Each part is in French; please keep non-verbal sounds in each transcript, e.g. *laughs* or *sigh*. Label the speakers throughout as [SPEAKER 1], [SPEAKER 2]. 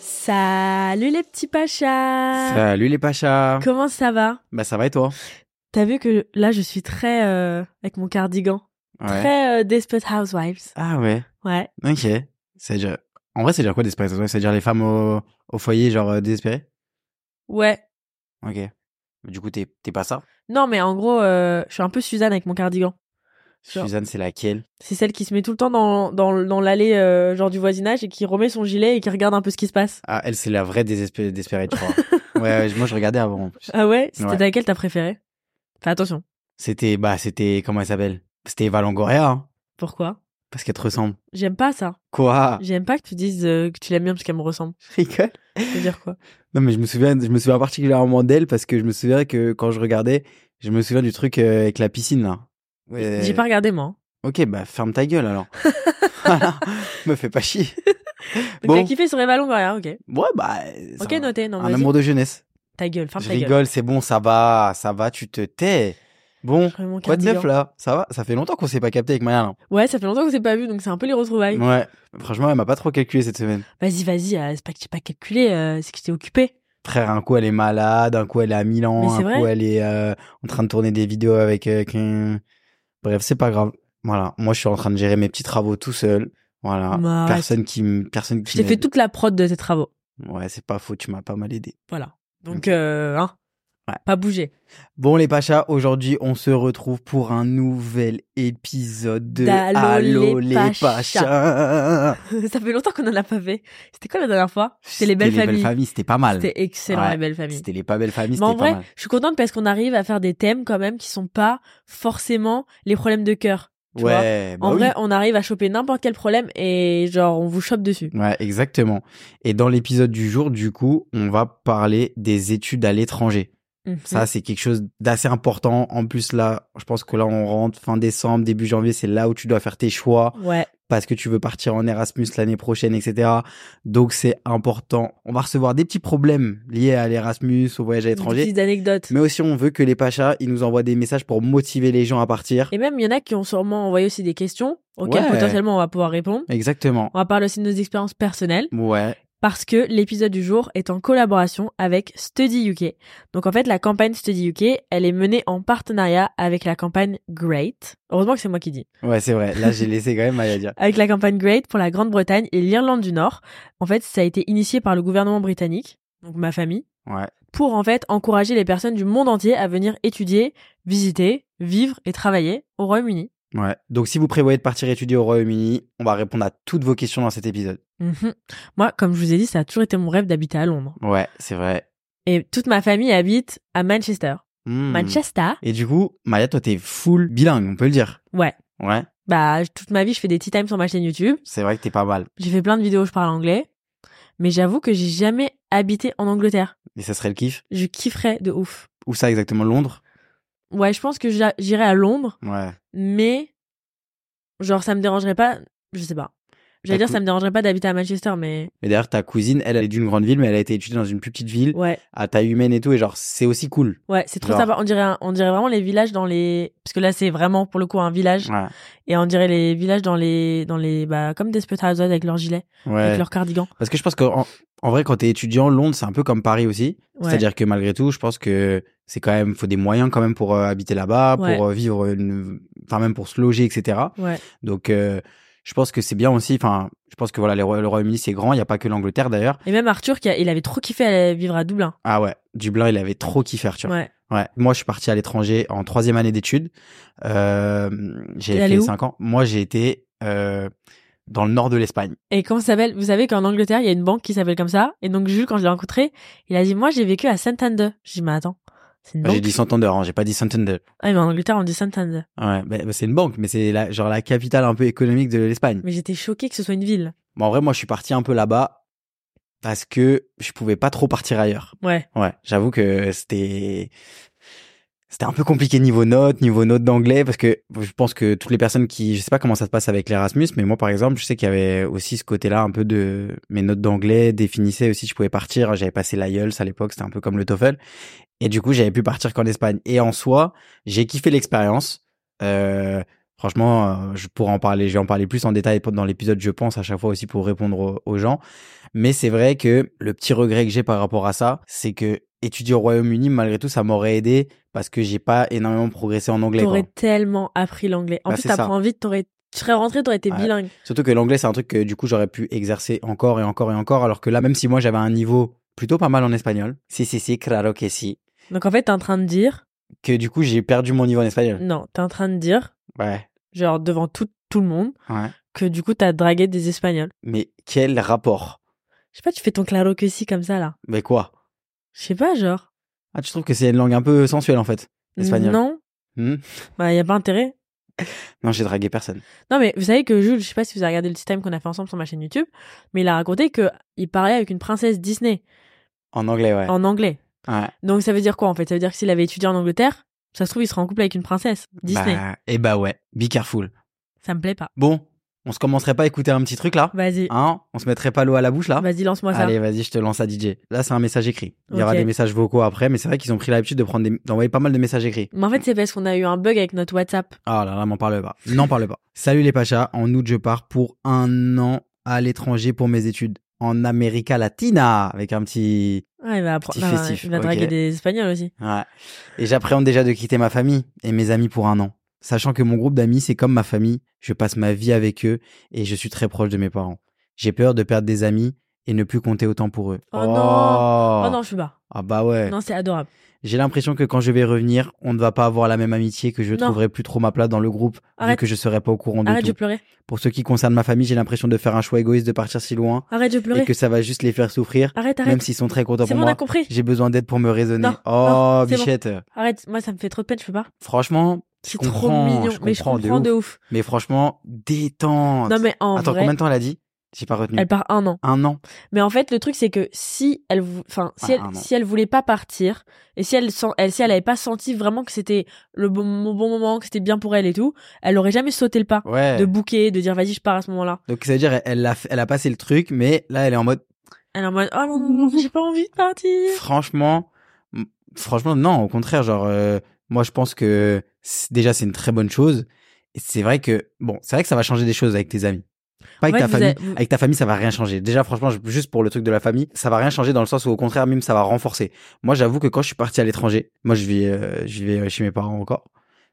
[SPEAKER 1] Salut les petits pachas
[SPEAKER 2] Salut les Pachas
[SPEAKER 1] Comment ça va
[SPEAKER 2] Bah ça va et toi
[SPEAKER 1] T'as vu que là je suis très euh, avec mon cardigan,
[SPEAKER 2] Ouais.
[SPEAKER 1] très euh, Desperate Housewives.
[SPEAKER 2] Ah ouais,
[SPEAKER 1] Ouais.
[SPEAKER 2] ok. C'est dire... En vrai, c'est dire quoi Desperate Housewives C'est dire les femmes au, au foyer, genre euh, désespérées
[SPEAKER 1] Ouais.
[SPEAKER 2] Ok. Du coup, t'es t'es pas ça
[SPEAKER 1] Non mais en gros, euh, je suis un peu Suzanne avec mon cardigan. Genre.
[SPEAKER 2] Suzanne, c'est laquelle
[SPEAKER 1] C'est celle qui se met tout le temps dans, dans, dans l'allée euh, genre du voisinage et qui remet son gilet et qui regarde un peu ce qui se passe.
[SPEAKER 2] Ah, elle, c'est la vraie désespérée, désespérée
[SPEAKER 1] *laughs*
[SPEAKER 2] je crois. ouais, ouais, moi, je regardais avant en plus.
[SPEAKER 1] Ah ouais C'était
[SPEAKER 2] Ouais.
[SPEAKER 1] laquelle t'as préférée Fais attention.
[SPEAKER 2] C'était, bah, c'était, comment elle s'appelle C'était Eva Longoria, hein,
[SPEAKER 1] Pourquoi
[SPEAKER 2] parce qu'elle te ressemble.
[SPEAKER 1] J'aime pas ça.
[SPEAKER 2] Quoi
[SPEAKER 1] J'aime pas que tu dises euh, que tu l'aimes bien parce qu'elle me ressemble.
[SPEAKER 2] Je rigole.
[SPEAKER 1] Ça veut dire quoi
[SPEAKER 2] Non, mais je me souviens, je me souviens particulièrement d'elle parce que je me souviens que quand je regardais, je me souviens du truc euh, avec la piscine, là. Euh, Ouais.
[SPEAKER 1] J'ai pas regardé moi. hein.
[SPEAKER 2] Ok, bah ferme ta gueule
[SPEAKER 1] *laughs*
[SPEAKER 2] alors. voilà, me fais pas chier.
[SPEAKER 1] Donc
[SPEAKER 2] Bon.
[SPEAKER 1] t'as kiffé sur Eva Longoria, ok.
[SPEAKER 2] Ouais, bah. c'est
[SPEAKER 1] Ok,
[SPEAKER 2] un-
[SPEAKER 1] noté. Non,
[SPEAKER 2] Un
[SPEAKER 1] vas-y.
[SPEAKER 2] amour de jeunesse.
[SPEAKER 1] Ta gueule, ferme
[SPEAKER 2] je
[SPEAKER 1] ta gueule.
[SPEAKER 2] rigole, c'est bon, ça va, ça va, tu te tais. Bon,
[SPEAKER 1] Je remets mon
[SPEAKER 2] quoi de neuf
[SPEAKER 1] cardigan.
[SPEAKER 2] là Ça va Ça fait longtemps qu'on s'est pas capté avec Maya.
[SPEAKER 1] Ouais, ça fait longtemps qu'on s'est pas vu, donc c'est un peu les retrouvailles.
[SPEAKER 2] Ouais, franchement, elle m'a pas trop calculé cette semaine.
[SPEAKER 1] Vas-y, vas-y, euh, c'est pas que j'ai pas calculé, euh, c'est que j'étais occupée.
[SPEAKER 2] Frère, un coup elle est malade, un coup elle est à Milan,
[SPEAKER 1] Mais c'est
[SPEAKER 2] un
[SPEAKER 1] vrai.
[SPEAKER 2] coup elle est euh, en train de tourner des vidéos avec euh, quelqu'un. Bref, c'est pas grave. Voilà, moi je suis en train de gérer mes petits travaux tout seul. Voilà,
[SPEAKER 1] Mais arrête.
[SPEAKER 2] Ah, personne qui me. Personne qui
[SPEAKER 1] Je t'ai fait
[SPEAKER 2] m'aide.
[SPEAKER 1] toute la prod de tes travaux.
[SPEAKER 2] Ouais, c'est pas faux, tu m'as pas mal aidé.
[SPEAKER 1] Voilà. Donc, euh, hein,
[SPEAKER 2] Ouais.
[SPEAKER 1] pas bouger. *laughs*
[SPEAKER 2] Bon les Pachas, aujourd'hui on se retrouve pour un nouvel épisode de
[SPEAKER 1] D'Allô,
[SPEAKER 2] Allô
[SPEAKER 1] les
[SPEAKER 2] les Pachas.
[SPEAKER 1] ça fait longtemps qu'on en a pas fait. C'était quoi la dernière fois C'était les belles
[SPEAKER 2] C'était
[SPEAKER 1] familles.
[SPEAKER 2] c'était pas mal.
[SPEAKER 1] C'était excellent,
[SPEAKER 2] Ouais.
[SPEAKER 1] les belles familles.
[SPEAKER 2] C'était les pas belles familles,
[SPEAKER 1] Mais en
[SPEAKER 2] c'était pas
[SPEAKER 1] vrai,
[SPEAKER 2] mal.
[SPEAKER 1] je suis contente parce qu'on arrive à faire des thèmes quand même qui sont pas forcément les problèmes de cœur. tu vois.
[SPEAKER 2] Ouais, bah
[SPEAKER 1] en
[SPEAKER 2] oui.
[SPEAKER 1] vrai, on arrive à choper n'importe quel problème et genre on vous chope dessus.
[SPEAKER 2] Ouais, exactement. Et dans l'épisode du jour, du coup, on va parler des études à l'étranger.
[SPEAKER 1] Mhm.
[SPEAKER 2] Ça, c'est quelque chose d'assez important. En plus, là, je pense que là, on rentre fin décembre, début janvier, c'est là où tu dois faire tes choix.
[SPEAKER 1] Ouais.
[SPEAKER 2] parce que tu veux partir en Erasmus l'année prochaine, etc. Donc c'est important. On va recevoir des petits problèmes liés à l'Erasmus, au voyage
[SPEAKER 1] Des
[SPEAKER 2] à l'étranger.
[SPEAKER 1] petites anecdotes.
[SPEAKER 2] Mais aussi on veut que les Pachas, ils nous envoient des messages pour motiver les gens à partir.
[SPEAKER 1] Et même, il y en a qui ont sûrement envoyé aussi des questions auxquelles
[SPEAKER 2] Ouais.
[SPEAKER 1] potentiellement on va pouvoir répondre.
[SPEAKER 2] Exactement.
[SPEAKER 1] On va parler aussi de nos expériences personnelles
[SPEAKER 2] Ouais.
[SPEAKER 1] parce que l'épisode du jour est en collaboration avec Study UK. Donc en fait, la campagne Study UK, elle est menée en partenariat avec la campagne Great. Heureusement que c'est moi qui dis.
[SPEAKER 2] Ouais, c'est vrai. Là, j'ai laissé quand même Maya dire.
[SPEAKER 1] Avec la campagne Great pour la Grande-Bretagne et l'Irlande du Nord. En fait, ça a été initié par le gouvernement britannique, donc ma famille,
[SPEAKER 2] Ouais.
[SPEAKER 1] pour en fait encourager les personnes du monde entier à venir étudier, visiter, vivre et travailler au Royaume-Uni.
[SPEAKER 2] Ouais. Donc si vous prévoyez de partir étudier au Royaume-Uni, on va répondre à toutes vos questions dans cet épisode.
[SPEAKER 1] Mhm. Moi, comme je vous ai dit, ça a toujours été mon rêve d'habiter à Londres.
[SPEAKER 2] Ouais, c'est vrai.
[SPEAKER 1] Et toute ma famille habite à Manchester.
[SPEAKER 2] Hmm.
[SPEAKER 1] Manchester
[SPEAKER 2] Et du coup, Maya, toi, t'es full bilingue, on peut le dire.
[SPEAKER 1] Ouais.
[SPEAKER 2] Ouais.
[SPEAKER 1] Bah, j- toute ma vie, je fais des tea times sur ma chaîne YouTube.
[SPEAKER 2] C'est vrai que t'es pas mal.
[SPEAKER 1] J'ai fait plein de vidéos où je parle anglais. Mais j'avoue que j'ai jamais habité en Angleterre.
[SPEAKER 2] Et ça serait le kiff.
[SPEAKER 1] Je kifferais de ouf.
[SPEAKER 2] Où ça exactement Londres
[SPEAKER 1] Ouais, je pense que j'a- j'irais à Londres,
[SPEAKER 2] Ouais.
[SPEAKER 1] mais genre, ça me dérangerait pas. Je sais pas. J'allais dire,
[SPEAKER 2] Écoute-
[SPEAKER 1] ça me dérangerait pas d'habiter à Manchester, mais
[SPEAKER 2] Mais d'ailleurs, ta cousine, elle, elle est d'une grande ville, mais elle a été étudiée dans une plus petite ville,
[SPEAKER 1] ouais,
[SPEAKER 2] à taille humaine et tout, et genre, c'est aussi cool.
[SPEAKER 1] ouais, c'est trop
[SPEAKER 2] Genre.
[SPEAKER 1] sympa. On dirait, un- on dirait vraiment les villages dans les, parce que là, c'est vraiment pour le coup un village.
[SPEAKER 2] Ouais.
[SPEAKER 1] Et on dirait les villages dans les, dans les, bah, comme Desperate Housewives avec leurs gilets, avec leurs cardigans.
[SPEAKER 2] Parce que je pense qu'en en vrai, quand t'es étudiant, Londres, c'est un peu comme Paris aussi.
[SPEAKER 1] Ouais.
[SPEAKER 2] C'est-à-dire que malgré tout, je pense que c'est quand même, faut des moyens quand même pour euh, habiter là-bas,
[SPEAKER 1] Ouais.
[SPEAKER 2] pour euh, vivre, une... enfin, même pour se loger, etc.
[SPEAKER 1] Ouais.
[SPEAKER 2] Donc, euh, je pense que c'est bien aussi, enfin, je pense que voilà, les Roy- le Royaume-Uni, c'est grand, il n'y a pas que l'Angleterre d'ailleurs.
[SPEAKER 1] Et même Arthur, qui a- il avait trop kiffé à vivre à Dublin.
[SPEAKER 2] Ah ouais, Dublin, il avait trop kiffé, Arthur.
[SPEAKER 1] Ouais.
[SPEAKER 2] Ouais, moi je suis parti à l'étranger en troisième année d'études. Euh,
[SPEAKER 1] T'es
[SPEAKER 2] j'ai
[SPEAKER 1] allé
[SPEAKER 2] fait
[SPEAKER 1] où
[SPEAKER 2] cinq ans. Moi j'ai été euh, dans le nord de l'Espagne.
[SPEAKER 1] Et comment ça s'appelle Vous savez qu'en Angleterre, il y a une banque qui s'appelle comme ça. Et donc Jules, quand je l'ai rencontré, il a dit Moi, j'ai vécu à Santander. J'ai dit Mais attends, c'est une
[SPEAKER 2] Enfin,
[SPEAKER 1] banque.
[SPEAKER 2] j'ai dit Santander, hein, j'ai pas dit Santander.
[SPEAKER 1] Ah, mais en Angleterre, on dit Santander.
[SPEAKER 2] Ouais, bah, bah, c'est une banque, mais c'est la, genre la capitale un peu économique de l'Espagne.
[SPEAKER 1] Mais j'étais choquée que ce soit une ville.
[SPEAKER 2] Bon, en vrai, moi je suis parti un peu là-bas parce que je pouvais pas trop partir ailleurs.
[SPEAKER 1] Ouais.
[SPEAKER 2] Ouais, j'avoue que c'était c'était un peu compliqué niveau notes, niveau notes d'anglais parce que je pense que toutes les personnes qui je sais pas comment ça se passe avec l'Erasmus mais moi par exemple, je sais qu'il y avait aussi ce côté-là un peu de mes notes d'anglais définissaient aussi je pouvais partir, j'avais passé l'IELTS à l'époque, c'était un peu comme le TOEFL et du coup, j'avais pu partir qu'en Espagne et en soi, j'ai kiffé l'expérience. Euh, Franchement, euh, je pourrais en parler, je vais en parler plus en détail dans l'épisode, je pense, à chaque fois aussi pour répondre aux, aux gens. Mais c'est vrai que le petit regret que j'ai par rapport à ça, c'est que étudier au Royaume-Uni, malgré tout, ça m'aurait aidé parce que j'ai pas énormément progressé en anglais.
[SPEAKER 1] T'aurais
[SPEAKER 2] quoi.
[SPEAKER 1] tellement appris l'anglais. En
[SPEAKER 2] Bah,
[SPEAKER 1] plus,
[SPEAKER 2] c'est ça.
[SPEAKER 1] t'apprends vite, t'aurais, tu serais rentré, t'aurais été
[SPEAKER 2] Ouais.
[SPEAKER 1] bilingue.
[SPEAKER 2] Surtout que l'anglais, c'est un truc que du coup, j'aurais pu exercer encore et encore et encore. Alors que là, même si moi, j'avais un niveau plutôt pas mal en espagnol, si, si, si, claro que si,
[SPEAKER 1] Donc en fait, t'es en train de dire,
[SPEAKER 2] que du coup, j'ai perdu mon niveau en espagnol.
[SPEAKER 1] non, t'es en train de dire,
[SPEAKER 2] Ouais,
[SPEAKER 1] genre devant tout, tout le monde,
[SPEAKER 2] ouais.
[SPEAKER 1] que du coup, t'as dragué des Espagnols.
[SPEAKER 2] Mais quel rapport
[SPEAKER 1] Je sais pas, tu fais ton claro que si comme ça, là.
[SPEAKER 2] Mais quoi
[SPEAKER 1] Je sais pas, genre.
[SPEAKER 2] Ah, tu trouves que c'est une langue un peu sensuelle en fait L'espagnol.
[SPEAKER 1] Non,
[SPEAKER 2] Hmm
[SPEAKER 1] bah, y a pas intérêt.
[SPEAKER 2] non, j'ai dragué personne.
[SPEAKER 1] Non, mais vous savez que Jules, je sais pas si vous avez regardé le petit time qu'on a fait ensemble sur ma chaîne YouTube, mais il a raconté que il parlait avec une princesse Disney
[SPEAKER 2] En anglais, ouais.
[SPEAKER 1] en anglais.
[SPEAKER 2] Ouais.
[SPEAKER 1] Donc ça veut dire quoi en fait Ça veut dire que s'il avait étudié en Angleterre, ça se trouve il serait en couple avec une princesse Disney.
[SPEAKER 2] Bah, eh bah ouais, be careful.
[SPEAKER 1] Ça me plaît pas.
[SPEAKER 2] Bon, on se commencerait pas à écouter un petit truc là
[SPEAKER 1] Vas-y,
[SPEAKER 2] Hein On se mettrait pas l'eau à la bouche là
[SPEAKER 1] vas-y lance-moi ça.
[SPEAKER 2] Ah. Allez, vas-y, je te lance à DJ. Là, c'est un message écrit. Il y aura
[SPEAKER 1] Ok.
[SPEAKER 2] des messages vocaux après, mais c'est vrai qu'ils ont pris l'habitude de prendre des- d'envoyer pas mal de messages écrits.
[SPEAKER 1] Mais en fait c'est parce qu'on a eu un bug avec notre WhatsApp.
[SPEAKER 2] Ah là là, m'en parle pas. N'en parle pas. *laughs* Salut les Pachas. En août, je pars pour un an à l'étranger pour mes études en América Latina avec un petit.
[SPEAKER 1] Ah, il va apprendre,
[SPEAKER 2] Petit festif,
[SPEAKER 1] il va
[SPEAKER 2] ok.
[SPEAKER 1] draguer des Espagnols aussi.
[SPEAKER 2] Ouais. Et j'appréhende déjà de quitter ma famille et mes amis pour un an, sachant que mon groupe d'amis c'est comme ma famille. Je passe ma vie avec eux et je suis très proche de mes parents. J'ai peur de perdre des amis et ne plus compter autant pour eux.
[SPEAKER 1] Oh non. Oh non, je suis bas.
[SPEAKER 2] Ah bah ouais.
[SPEAKER 1] Non, c'est adorable.
[SPEAKER 2] J'ai l'impression que quand je vais revenir, on ne va pas avoir la même amitié, que je
[SPEAKER 1] Non.
[SPEAKER 2] trouverai plus trop ma place dans le groupe, vu
[SPEAKER 1] Arrête.
[SPEAKER 2] que je serai pas au courant de
[SPEAKER 1] Arrête
[SPEAKER 2] tout.
[SPEAKER 1] de pleurer.
[SPEAKER 2] Pour ce qui concerne ma famille, j'ai l'impression de faire un choix égoïste de partir si loin
[SPEAKER 1] Arrête de
[SPEAKER 2] et
[SPEAKER 1] pleurer.
[SPEAKER 2] que ça va juste les faire souffrir,
[SPEAKER 1] Arrête,
[SPEAKER 2] même
[SPEAKER 1] arrête.
[SPEAKER 2] s'ils sont très contents
[SPEAKER 1] C'est
[SPEAKER 2] pour
[SPEAKER 1] bon, on a
[SPEAKER 2] moi.
[SPEAKER 1] compris.
[SPEAKER 2] J'ai besoin d'aide pour me raisonner.
[SPEAKER 1] Non,
[SPEAKER 2] oh,
[SPEAKER 1] non, c'est bon.
[SPEAKER 2] bichette.
[SPEAKER 1] Arrête, moi ça me fait trop de peine, je peux pas.
[SPEAKER 2] Franchement, je
[SPEAKER 1] C'est trop
[SPEAKER 2] comprends,
[SPEAKER 1] mignon.
[SPEAKER 2] je
[SPEAKER 1] mais je
[SPEAKER 2] comprends de
[SPEAKER 1] comprends de
[SPEAKER 2] ouf.
[SPEAKER 1] ouf.
[SPEAKER 2] mais franchement, détente.
[SPEAKER 1] Non mais en
[SPEAKER 2] Attends,
[SPEAKER 1] vrai,
[SPEAKER 2] combien de temps elle a dit J'ai pas retenu.
[SPEAKER 1] elle part un an.
[SPEAKER 2] Un an.
[SPEAKER 1] Mais en fait, le truc c'est que si elle, vou- enfin, si
[SPEAKER 2] Ah,
[SPEAKER 1] elle,
[SPEAKER 2] un an.
[SPEAKER 1] si elle voulait pas partir et si elle, sent- elle, si elle avait pas senti vraiment que c'était le bon, mon bon moment, que c'était bien pour elle et tout, elle aurait jamais sauté le pas
[SPEAKER 2] Ouais.
[SPEAKER 1] de bouquer, de dire vas-y je pars à ce moment-là.
[SPEAKER 2] Donc ça veut dire elle- elle a, elle a passé le truc, mais là elle est en mode
[SPEAKER 1] Elle est en mode oh non, non, non, j'ai pas envie de partir.
[SPEAKER 2] franchement, m- franchement, non, au contraire, genre, euh, moi, je pense que c'est- déjà, c'est une très bonne chose. Et c'est vrai que, bon, c'est vrai que ça va changer des choses avec tes amis. Pas avec
[SPEAKER 1] Ouais,
[SPEAKER 2] ta
[SPEAKER 1] vous
[SPEAKER 2] famille.
[SPEAKER 1] avez- vous-
[SPEAKER 2] Avec ta famille, ça va rien changer. Déjà, franchement, je- juste pour le truc de la famille, ça va rien changer dans le sens où, au contraire, même, ça va renforcer. Moi, j'avoue que quand je suis parti à l'étranger, moi, je vis, euh, je vais chez mes parents encore.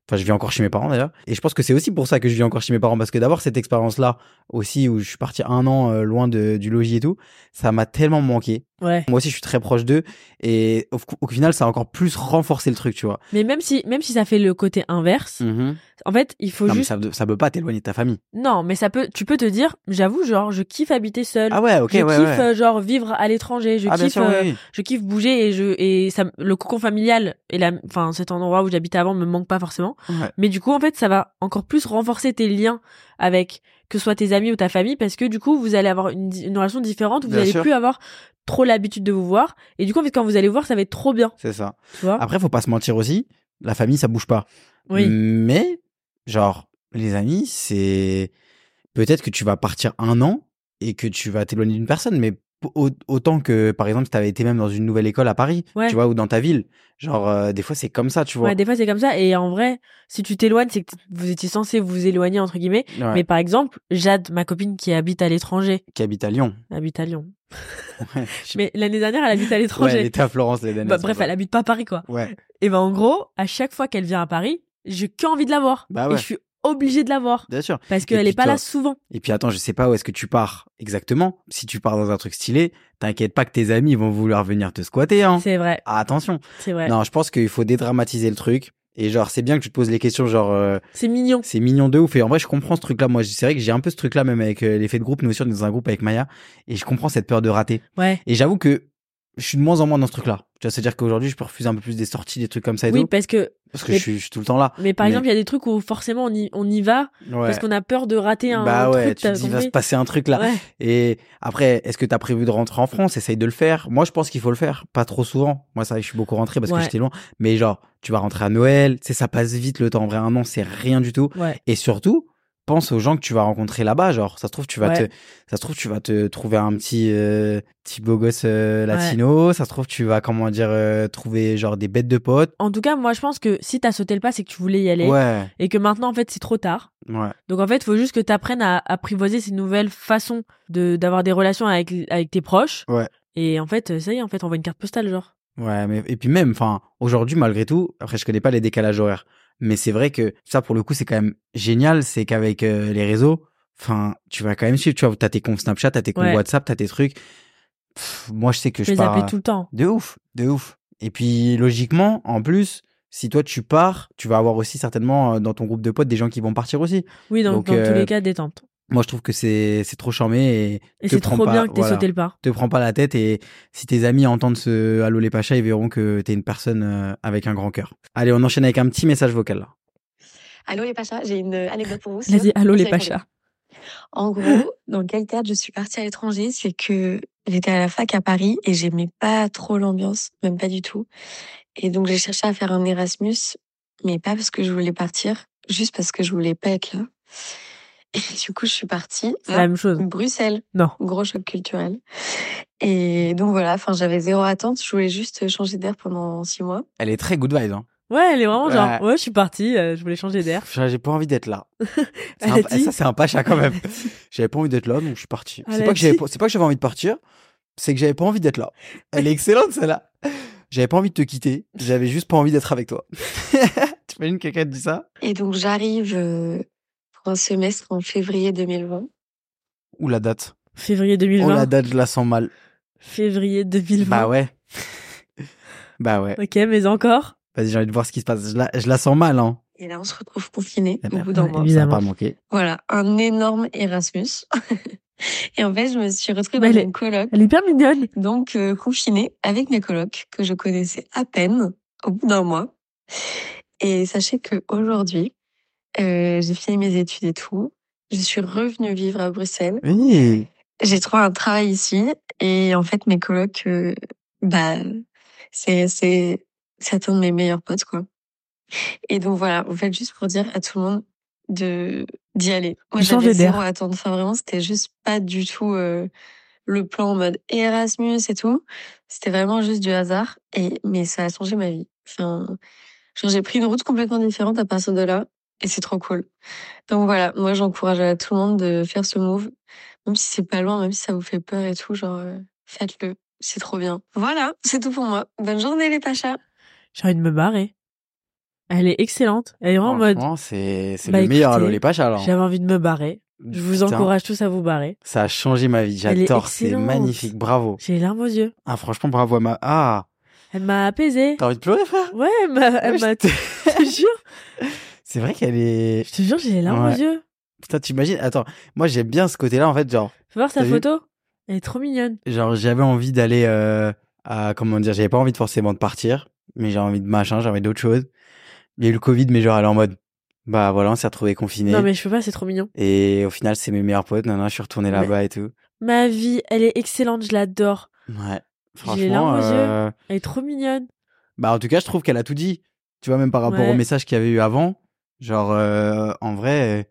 [SPEAKER 2] Enfin, je vis encore chez mes parents d'ailleurs. Et je pense que c'est aussi pour ça que je vis encore chez mes parents. Parce que d'abord, cette expérience-là aussi, où je suis parti un an euh, loin de- du logis et tout, ça m'a tellement manqué.
[SPEAKER 1] Ouais.
[SPEAKER 2] Moi aussi, je suis très proche d'eux. Et au, au final, ça a encore plus renforcé le truc, tu vois.
[SPEAKER 1] Mais même si, même si ça fait le côté inverse, en fait, il faut
[SPEAKER 2] Mm. Non, mais
[SPEAKER 1] juste.
[SPEAKER 2] ça, ne- ça peut pas t'éloigner de ta famille.
[SPEAKER 1] Non, mais ça peut. Tu peux te dire, j'avoue, genre, je kiffe habiter seul.
[SPEAKER 2] Ah ouais, ok,
[SPEAKER 1] je
[SPEAKER 2] ouais,
[SPEAKER 1] kiffe
[SPEAKER 2] ouais.
[SPEAKER 1] euh, genre vivre à l'étranger. Je
[SPEAKER 2] ah, bien
[SPEAKER 1] kiffe.
[SPEAKER 2] sûr,
[SPEAKER 1] euh,
[SPEAKER 2] oui, oui.
[SPEAKER 1] je kiffe bouger et je et ça me- le cocon familial et la enfin cet endroit où j'habitais avant me manque pas forcément
[SPEAKER 2] Ouais.
[SPEAKER 1] mais du coup en fait ça va encore plus renforcer tes liens avec que ce soit tes amis ou ta famille parce que du coup vous allez avoir une, di- une relation différente vous
[SPEAKER 2] Bien
[SPEAKER 1] allez
[SPEAKER 2] sûr.
[SPEAKER 1] plus avoir trop l'habitude de vous voir et du coup en fait quand vous allez vous voir ça va être trop bien
[SPEAKER 2] C'est ça.
[SPEAKER 1] tu vois
[SPEAKER 2] Après, faut pas se mentir aussi. La famille, ça bouge pas.
[SPEAKER 1] oui
[SPEAKER 2] Mais, genre, les amis, c'est. Peut-être que tu vas partir un an et que tu vas t'éloigner d'une personne, mais p- au- autant que, par exemple, si t'avais été même dans une nouvelle école à Paris,
[SPEAKER 1] Ouais.
[SPEAKER 2] tu vois, ou dans ta ville. Genre, euh, des fois, c'est comme ça, tu vois.
[SPEAKER 1] ouais des fois c'est comme ça et en vrai si tu t'éloignes c'est que t- vous étiez censé vous éloigner entre guillemets
[SPEAKER 2] Ouais.
[SPEAKER 1] mais par exemple Jade ma copine qui habite à l'étranger
[SPEAKER 2] Qui habite
[SPEAKER 1] *laughs*
[SPEAKER 2] à Lyon.
[SPEAKER 1] habite à Lyon
[SPEAKER 2] *laughs* Ouais,
[SPEAKER 1] mais l'année dernière elle habite à
[SPEAKER 2] Ouais, elle
[SPEAKER 1] l'étranger
[SPEAKER 2] était à Florence les dernières.
[SPEAKER 1] bah, bref
[SPEAKER 2] fois.
[SPEAKER 1] elle habite pas à Paris quoi
[SPEAKER 2] Ouais.
[SPEAKER 1] Et ben en gros, à chaque fois qu'elle vient à Paris, j'ai qu'envie de la voir.
[SPEAKER 2] Bah ouais.
[SPEAKER 1] Et je suis obligée de la voir.
[SPEAKER 2] Bien sûr.
[SPEAKER 1] Parce
[SPEAKER 2] Et
[SPEAKER 1] qu'elle
[SPEAKER 2] puis
[SPEAKER 1] est pas
[SPEAKER 2] toi-
[SPEAKER 1] là souvent.
[SPEAKER 2] Et puis attends, je sais pas où est-ce que tu pars exactement. Si tu pars dans un truc stylé, t'inquiète pas que tes amis vont vouloir venir te squatter. Hein.
[SPEAKER 1] C'est vrai,
[SPEAKER 2] Ah, attention.
[SPEAKER 1] c'est vrai.
[SPEAKER 2] Non, je pense qu'il faut dédramatiser le truc. Et genre, c'est bien que tu te poses les questions, genre, euh,
[SPEAKER 1] C'est mignon.
[SPEAKER 2] c'est mignon de ouf. Et en vrai, je comprends ce truc-là. Moi, c'est vrai que j'ai un peu ce truc-là, même avec euh, l'effet de groupe. Nous aussi, on est dans un groupe avec Maya. Et je comprends cette peur de rater.
[SPEAKER 1] Ouais.
[SPEAKER 2] Et j'avoue que je suis de moins en moins dans ce truc-là. Tu vois, c'est-à-dire qu'aujourd'hui, je peux refuser un peu plus des sorties, des trucs comme ça et
[SPEAKER 1] Oui,
[SPEAKER 2] tout.
[SPEAKER 1] parce que,
[SPEAKER 2] Parce que
[SPEAKER 1] mais-
[SPEAKER 2] je, suis, je suis tout le temps là.
[SPEAKER 1] mais par
[SPEAKER 2] Mais-
[SPEAKER 1] exemple, il y a des trucs où forcément on y, on y va
[SPEAKER 2] Ouais.
[SPEAKER 1] parce qu'on a peur de rater un
[SPEAKER 2] bah ouais,
[SPEAKER 1] truc.
[SPEAKER 2] tu
[SPEAKER 1] t'as
[SPEAKER 2] te dis, il va se
[SPEAKER 1] compris
[SPEAKER 2] passer un truc là.
[SPEAKER 1] Ouais.
[SPEAKER 2] Et après, est-ce que t'as prévu de rentrer en France Essaye de le faire. Moi, je pense qu'il faut le faire. Pas trop souvent. Moi, ça, je suis beaucoup rentré parce
[SPEAKER 1] Ouais.
[SPEAKER 2] que j'étais loin. Mais genre, tu vas rentrer à Noël. Tu sais, ça passe vite le temps. En vrai, un an, c'est rien du tout.
[SPEAKER 1] Ouais.
[SPEAKER 2] Et surtout, pense aux gens que tu vas rencontrer là-bas. Genre, ça se trouve, tu vas
[SPEAKER 1] Ouais.
[SPEAKER 2] te, ça se trouve, tu vas te trouver un petit, euh, petit beau gosse euh, latino. Ça se trouve, tu vas, comment dire, euh, trouver genre des bêtes de potes.
[SPEAKER 1] En tout cas, moi je pense que si t'as sauté le pas, c'est que tu voulais y aller.
[SPEAKER 2] Ouais,
[SPEAKER 1] Et que maintenant, en fait, c'est trop tard.
[SPEAKER 2] Ouais.
[SPEAKER 1] Donc en fait, il faut juste que tu apprennes à apprivoiser ces nouvelles façons de d'avoir des relations avec avec tes proches.
[SPEAKER 2] Ouais.
[SPEAKER 1] Et en fait, ça y est, en fait, on voit une carte postale genre.
[SPEAKER 2] Ouais, mais et puis même, enfin, aujourd'hui malgré tout, après je connais pas les décalages horaires, mais c'est vrai que ça pour le coup c'est quand même génial, c'est qu'avec euh, les réseaux, enfin, tu vas quand même suivre, tu vois, t'as tes comptes Snapchat, t'as tes comptes
[SPEAKER 1] Ouais.
[SPEAKER 2] WhatsApp, t'as tes trucs. Pff, moi je sais que
[SPEAKER 1] Je
[SPEAKER 2] je,
[SPEAKER 1] les
[SPEAKER 2] pars euh,
[SPEAKER 1] appelais tout le temps.
[SPEAKER 2] de ouf, de ouf. Et puis logiquement, en plus, si toi tu pars, tu vas avoir aussi certainement euh, dans ton groupe de potes des gens qui vont partir aussi.
[SPEAKER 1] Oui, donc,
[SPEAKER 2] Donc,
[SPEAKER 1] dans tous
[SPEAKER 2] euh,
[SPEAKER 1] les cas, détente.
[SPEAKER 2] Moi je trouve que c'est c'est trop charmé et
[SPEAKER 1] Et
[SPEAKER 2] te
[SPEAKER 1] c'est
[SPEAKER 2] prends
[SPEAKER 1] trop
[SPEAKER 2] pas-
[SPEAKER 1] bien que t'aies
[SPEAKER 2] voilà.
[SPEAKER 1] sauté le pas.
[SPEAKER 2] te prends pas la tête et si tes amis entendent ce Allô les Pachas, ils verront que t'es une personne euh, avec un grand cœur. Allez, on enchaîne avec un petit message vocal. là.
[SPEAKER 3] Allô les Pachas, j'ai une anecdote pour vous. sur-
[SPEAKER 1] Vas-y, allô
[SPEAKER 3] Vous
[SPEAKER 1] les
[SPEAKER 3] savez qu'on
[SPEAKER 1] pachas.
[SPEAKER 3] est- En gros, dans quel théâtre je suis partie à l'étranger, c'est que j'étais à la fac à Paris et j'aimais pas trop l'ambiance, même pas du tout. Et donc j'ai cherché à faire un Erasmus, mais pas parce que je voulais partir, juste parce que je voulais pas être là. *laughs* Et du coup, je suis partie
[SPEAKER 1] C'est la même chose.
[SPEAKER 3] Bruxelles.
[SPEAKER 1] Non.
[SPEAKER 3] Gros choc culturel. Et donc voilà, enfin j'avais zéro attente, je voulais juste changer d'air pendant six mois.
[SPEAKER 2] Elle est très good vibe. Hein.
[SPEAKER 1] Ouais, elle est vraiment genre,
[SPEAKER 2] Ouais.
[SPEAKER 1] ouais, je suis partie, euh, je voulais changer d'air.
[SPEAKER 2] Pff, J'ai pas envie d'être là. C'est
[SPEAKER 1] *laughs* Elle
[SPEAKER 2] un-
[SPEAKER 1] a dit-
[SPEAKER 2] Ça, c'est un Pacha quand
[SPEAKER 1] *laughs*
[SPEAKER 2] même. J'avais pas envie d'être là, donc je suis parti.
[SPEAKER 1] Elle
[SPEAKER 2] C'est
[SPEAKER 1] a
[SPEAKER 2] pas, que j'avais
[SPEAKER 1] dit-
[SPEAKER 2] pas- c'est pas que j'avais envie de partir, c'est que j'avais pas envie d'être là. Elle est excellente celle-là. J'avais pas envie de te quitter, j'avais juste pas envie d'être avec toi. *laughs* T'imagines quelqu'un te dit ça
[SPEAKER 3] Et donc j'arrive euh, pour un semestre en février 2020.
[SPEAKER 2] Ou la date
[SPEAKER 1] Février
[SPEAKER 2] Oh
[SPEAKER 1] 2020.
[SPEAKER 2] la date, je la sens mal.
[SPEAKER 1] Février 2020.
[SPEAKER 2] Bah ouais. bah ouais.
[SPEAKER 1] Ok, mais encore.
[SPEAKER 2] Vas-y, j'ai envie de voir ce qui se passe. Je la, je la sens mal, hein.
[SPEAKER 3] Et là, on se retrouve confiné
[SPEAKER 2] Eh
[SPEAKER 3] au
[SPEAKER 2] ben,
[SPEAKER 3] bout d'un
[SPEAKER 1] ouais,
[SPEAKER 3] mois.
[SPEAKER 1] évidemment.
[SPEAKER 2] Ça a pas manqué.
[SPEAKER 3] Voilà, un énorme Erasmus. *laughs* et en fait, je me suis retrouvée
[SPEAKER 1] Bah,
[SPEAKER 3] dans
[SPEAKER 1] elle est-
[SPEAKER 3] une coloc,
[SPEAKER 1] Elle est hyper mignonne.
[SPEAKER 3] donc euh, confinée avec mes colocs que je connaissais à peine au bout d'un mois. Et sachez que aujourd'hui, euh, j'ai fini mes études et tout. Je suis revenue vivre à Bruxelles.
[SPEAKER 2] Oui.
[SPEAKER 3] J'ai trouvé un travail ici et en fait, mes colocs, euh, bah, c'est c'est c'est un de mes meilleurs potes quoi. Et donc voilà, en fait, juste pour dire à tout le monde de d'y aller. Moi,
[SPEAKER 1] De changer
[SPEAKER 3] j'avais
[SPEAKER 1] d'air.
[SPEAKER 3] zéro attente. Enfin, vraiment, c'était juste pas du tout euh, le plan en mode Erasmus et tout. C'était vraiment juste du hasard. Et mais ça a changé ma vie. Enfin, genre j'ai pris une route complètement différente à partir de là. Et c'est trop cool. Donc voilà, moi j'encourage à tout le monde de faire ce move, même si c'est pas loin, même si ça vous fait peur et tout, genre euh, faites-le, c'est trop bien. Voilà, c'est tout pour moi. Bonne journée les Pachas.
[SPEAKER 1] J'ai envie de me barrer. Elle est excellente. Elle est vraiment en mode,
[SPEAKER 2] Franchement, c'est c'est
[SPEAKER 1] Bah,
[SPEAKER 2] le meilleur
[SPEAKER 1] écoutez,
[SPEAKER 2] Allo les Pachas, alors.
[SPEAKER 1] j'avais envie de me barrer. Je vous
[SPEAKER 2] Putain,
[SPEAKER 1] encourage tous à vous barrer.
[SPEAKER 2] Ça a changé ma vie.
[SPEAKER 1] Elle est
[SPEAKER 2] J'adore. C'est
[SPEAKER 1] excellente.
[SPEAKER 2] magnifique. Bravo.
[SPEAKER 1] J'ai les larmes aux yeux.
[SPEAKER 2] Ah, franchement, bravo à ma. Ah,
[SPEAKER 1] Elle m'a apaisée.
[SPEAKER 2] t'as envie de pleurer, frère
[SPEAKER 1] Ouais, elle m'a, elle
[SPEAKER 2] Ouais,
[SPEAKER 1] m'a-
[SPEAKER 2] je-
[SPEAKER 1] *laughs* je te jure,
[SPEAKER 2] C'est vrai qu'elle est.
[SPEAKER 1] je te jure, j'ai les larmes
[SPEAKER 2] Ouais.
[SPEAKER 1] aux yeux.
[SPEAKER 2] Putain, t'imagines Attends, moi j'aime bien ce côté-là, en fait. Genre,
[SPEAKER 1] Faut voir sa
[SPEAKER 2] T'as vu
[SPEAKER 1] photo. Elle est trop mignonne.
[SPEAKER 2] genre j'avais envie d'aller euh, à. Comment dire J'avais pas envie de forcément de partir, mais j'ai envie de machin, j'ai envie d'autre chose. Il y a eu le Covid, mais genre, elle est en mode. Bah voilà, on s'est retrouvés confinés.
[SPEAKER 1] Non mais je peux pas, c'est trop mignon.
[SPEAKER 2] Et au final, c'est mes meilleurs potes. Non, je suis retourné
[SPEAKER 1] Mais-
[SPEAKER 2] là-bas et tout.
[SPEAKER 1] Ma vie, elle est excellente, je l'adore.
[SPEAKER 2] Ouais.
[SPEAKER 1] J'ai les larmes
[SPEAKER 2] Franchement,
[SPEAKER 1] aux yeux.
[SPEAKER 2] euh,
[SPEAKER 1] Elle est trop mignonne.
[SPEAKER 2] bah en tout cas, je trouve qu'elle a tout dit. Tu vois, même par rapport
[SPEAKER 1] Ouais.
[SPEAKER 2] au message qu'il y avait eu avant, genre euh, en vrai,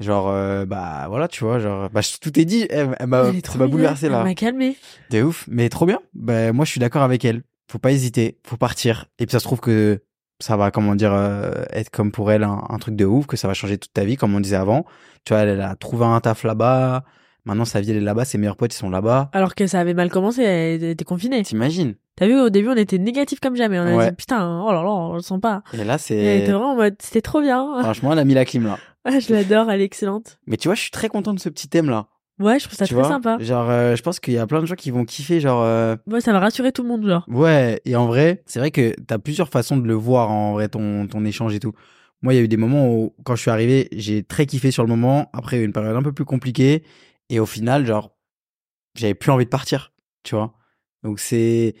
[SPEAKER 2] euh, genre euh, bah voilà, tu vois, genre bah je- tout est dit. Elle, elle m'a
[SPEAKER 1] elle est
[SPEAKER 2] Ah, ça
[SPEAKER 1] trop
[SPEAKER 2] m'a
[SPEAKER 1] mignonne.
[SPEAKER 2] bouleversé
[SPEAKER 1] Elle
[SPEAKER 2] là.
[SPEAKER 1] m'a calmée.
[SPEAKER 2] T'es ouf, mais trop bien. Bah moi, je suis d'accord avec elle. Faut pas hésiter, faut partir. Et puis ça se trouve que ça va, comment dire, euh, être comme pour elle un, un truc de ouf, que ça va changer toute ta vie, comme on disait avant. Tu vois, elle, elle a trouvé un taf là-bas. Maintenant, sa vie elle est là-bas, ses meilleurs potes ils sont là-bas.
[SPEAKER 1] Alors que ça avait mal commencé, elle était confinée.
[SPEAKER 2] T'imagines
[SPEAKER 1] T'as vu, au début, on était négatif comme jamais. On a
[SPEAKER 2] Ouais.
[SPEAKER 1] dit, putain, oh là là, on le sent pas.
[SPEAKER 2] Et là,
[SPEAKER 1] Et elle
[SPEAKER 2] c'est.
[SPEAKER 1] était vraiment en mode, c'était trop bien.
[SPEAKER 2] Franchement, elle a mis la clim là.
[SPEAKER 1] Ah, *laughs* je l'adore, elle est excellente.
[SPEAKER 2] Mais tu vois, je suis très content de ce petit thème là.
[SPEAKER 1] Ouais, je trouve ça
[SPEAKER 2] tu
[SPEAKER 1] très
[SPEAKER 2] vois
[SPEAKER 1] sympa.
[SPEAKER 2] Genre, euh, je pense qu'il y a plein de gens qui vont kiffer. Genre, euh,
[SPEAKER 1] Ouais, ça va rassurer tout le monde, genre.
[SPEAKER 2] ouais. Et en vrai, c'est vrai que t'as plusieurs façons de le voir en vrai, ton, ton échange et tout. Moi, il y a eu des moments où, quand je suis arrivé, j'ai très kiffé sur le moment. Après, il y a eu une période un peu plus compliquée. Et au final, genre, j'avais plus envie de partir. Tu vois Donc, c'est.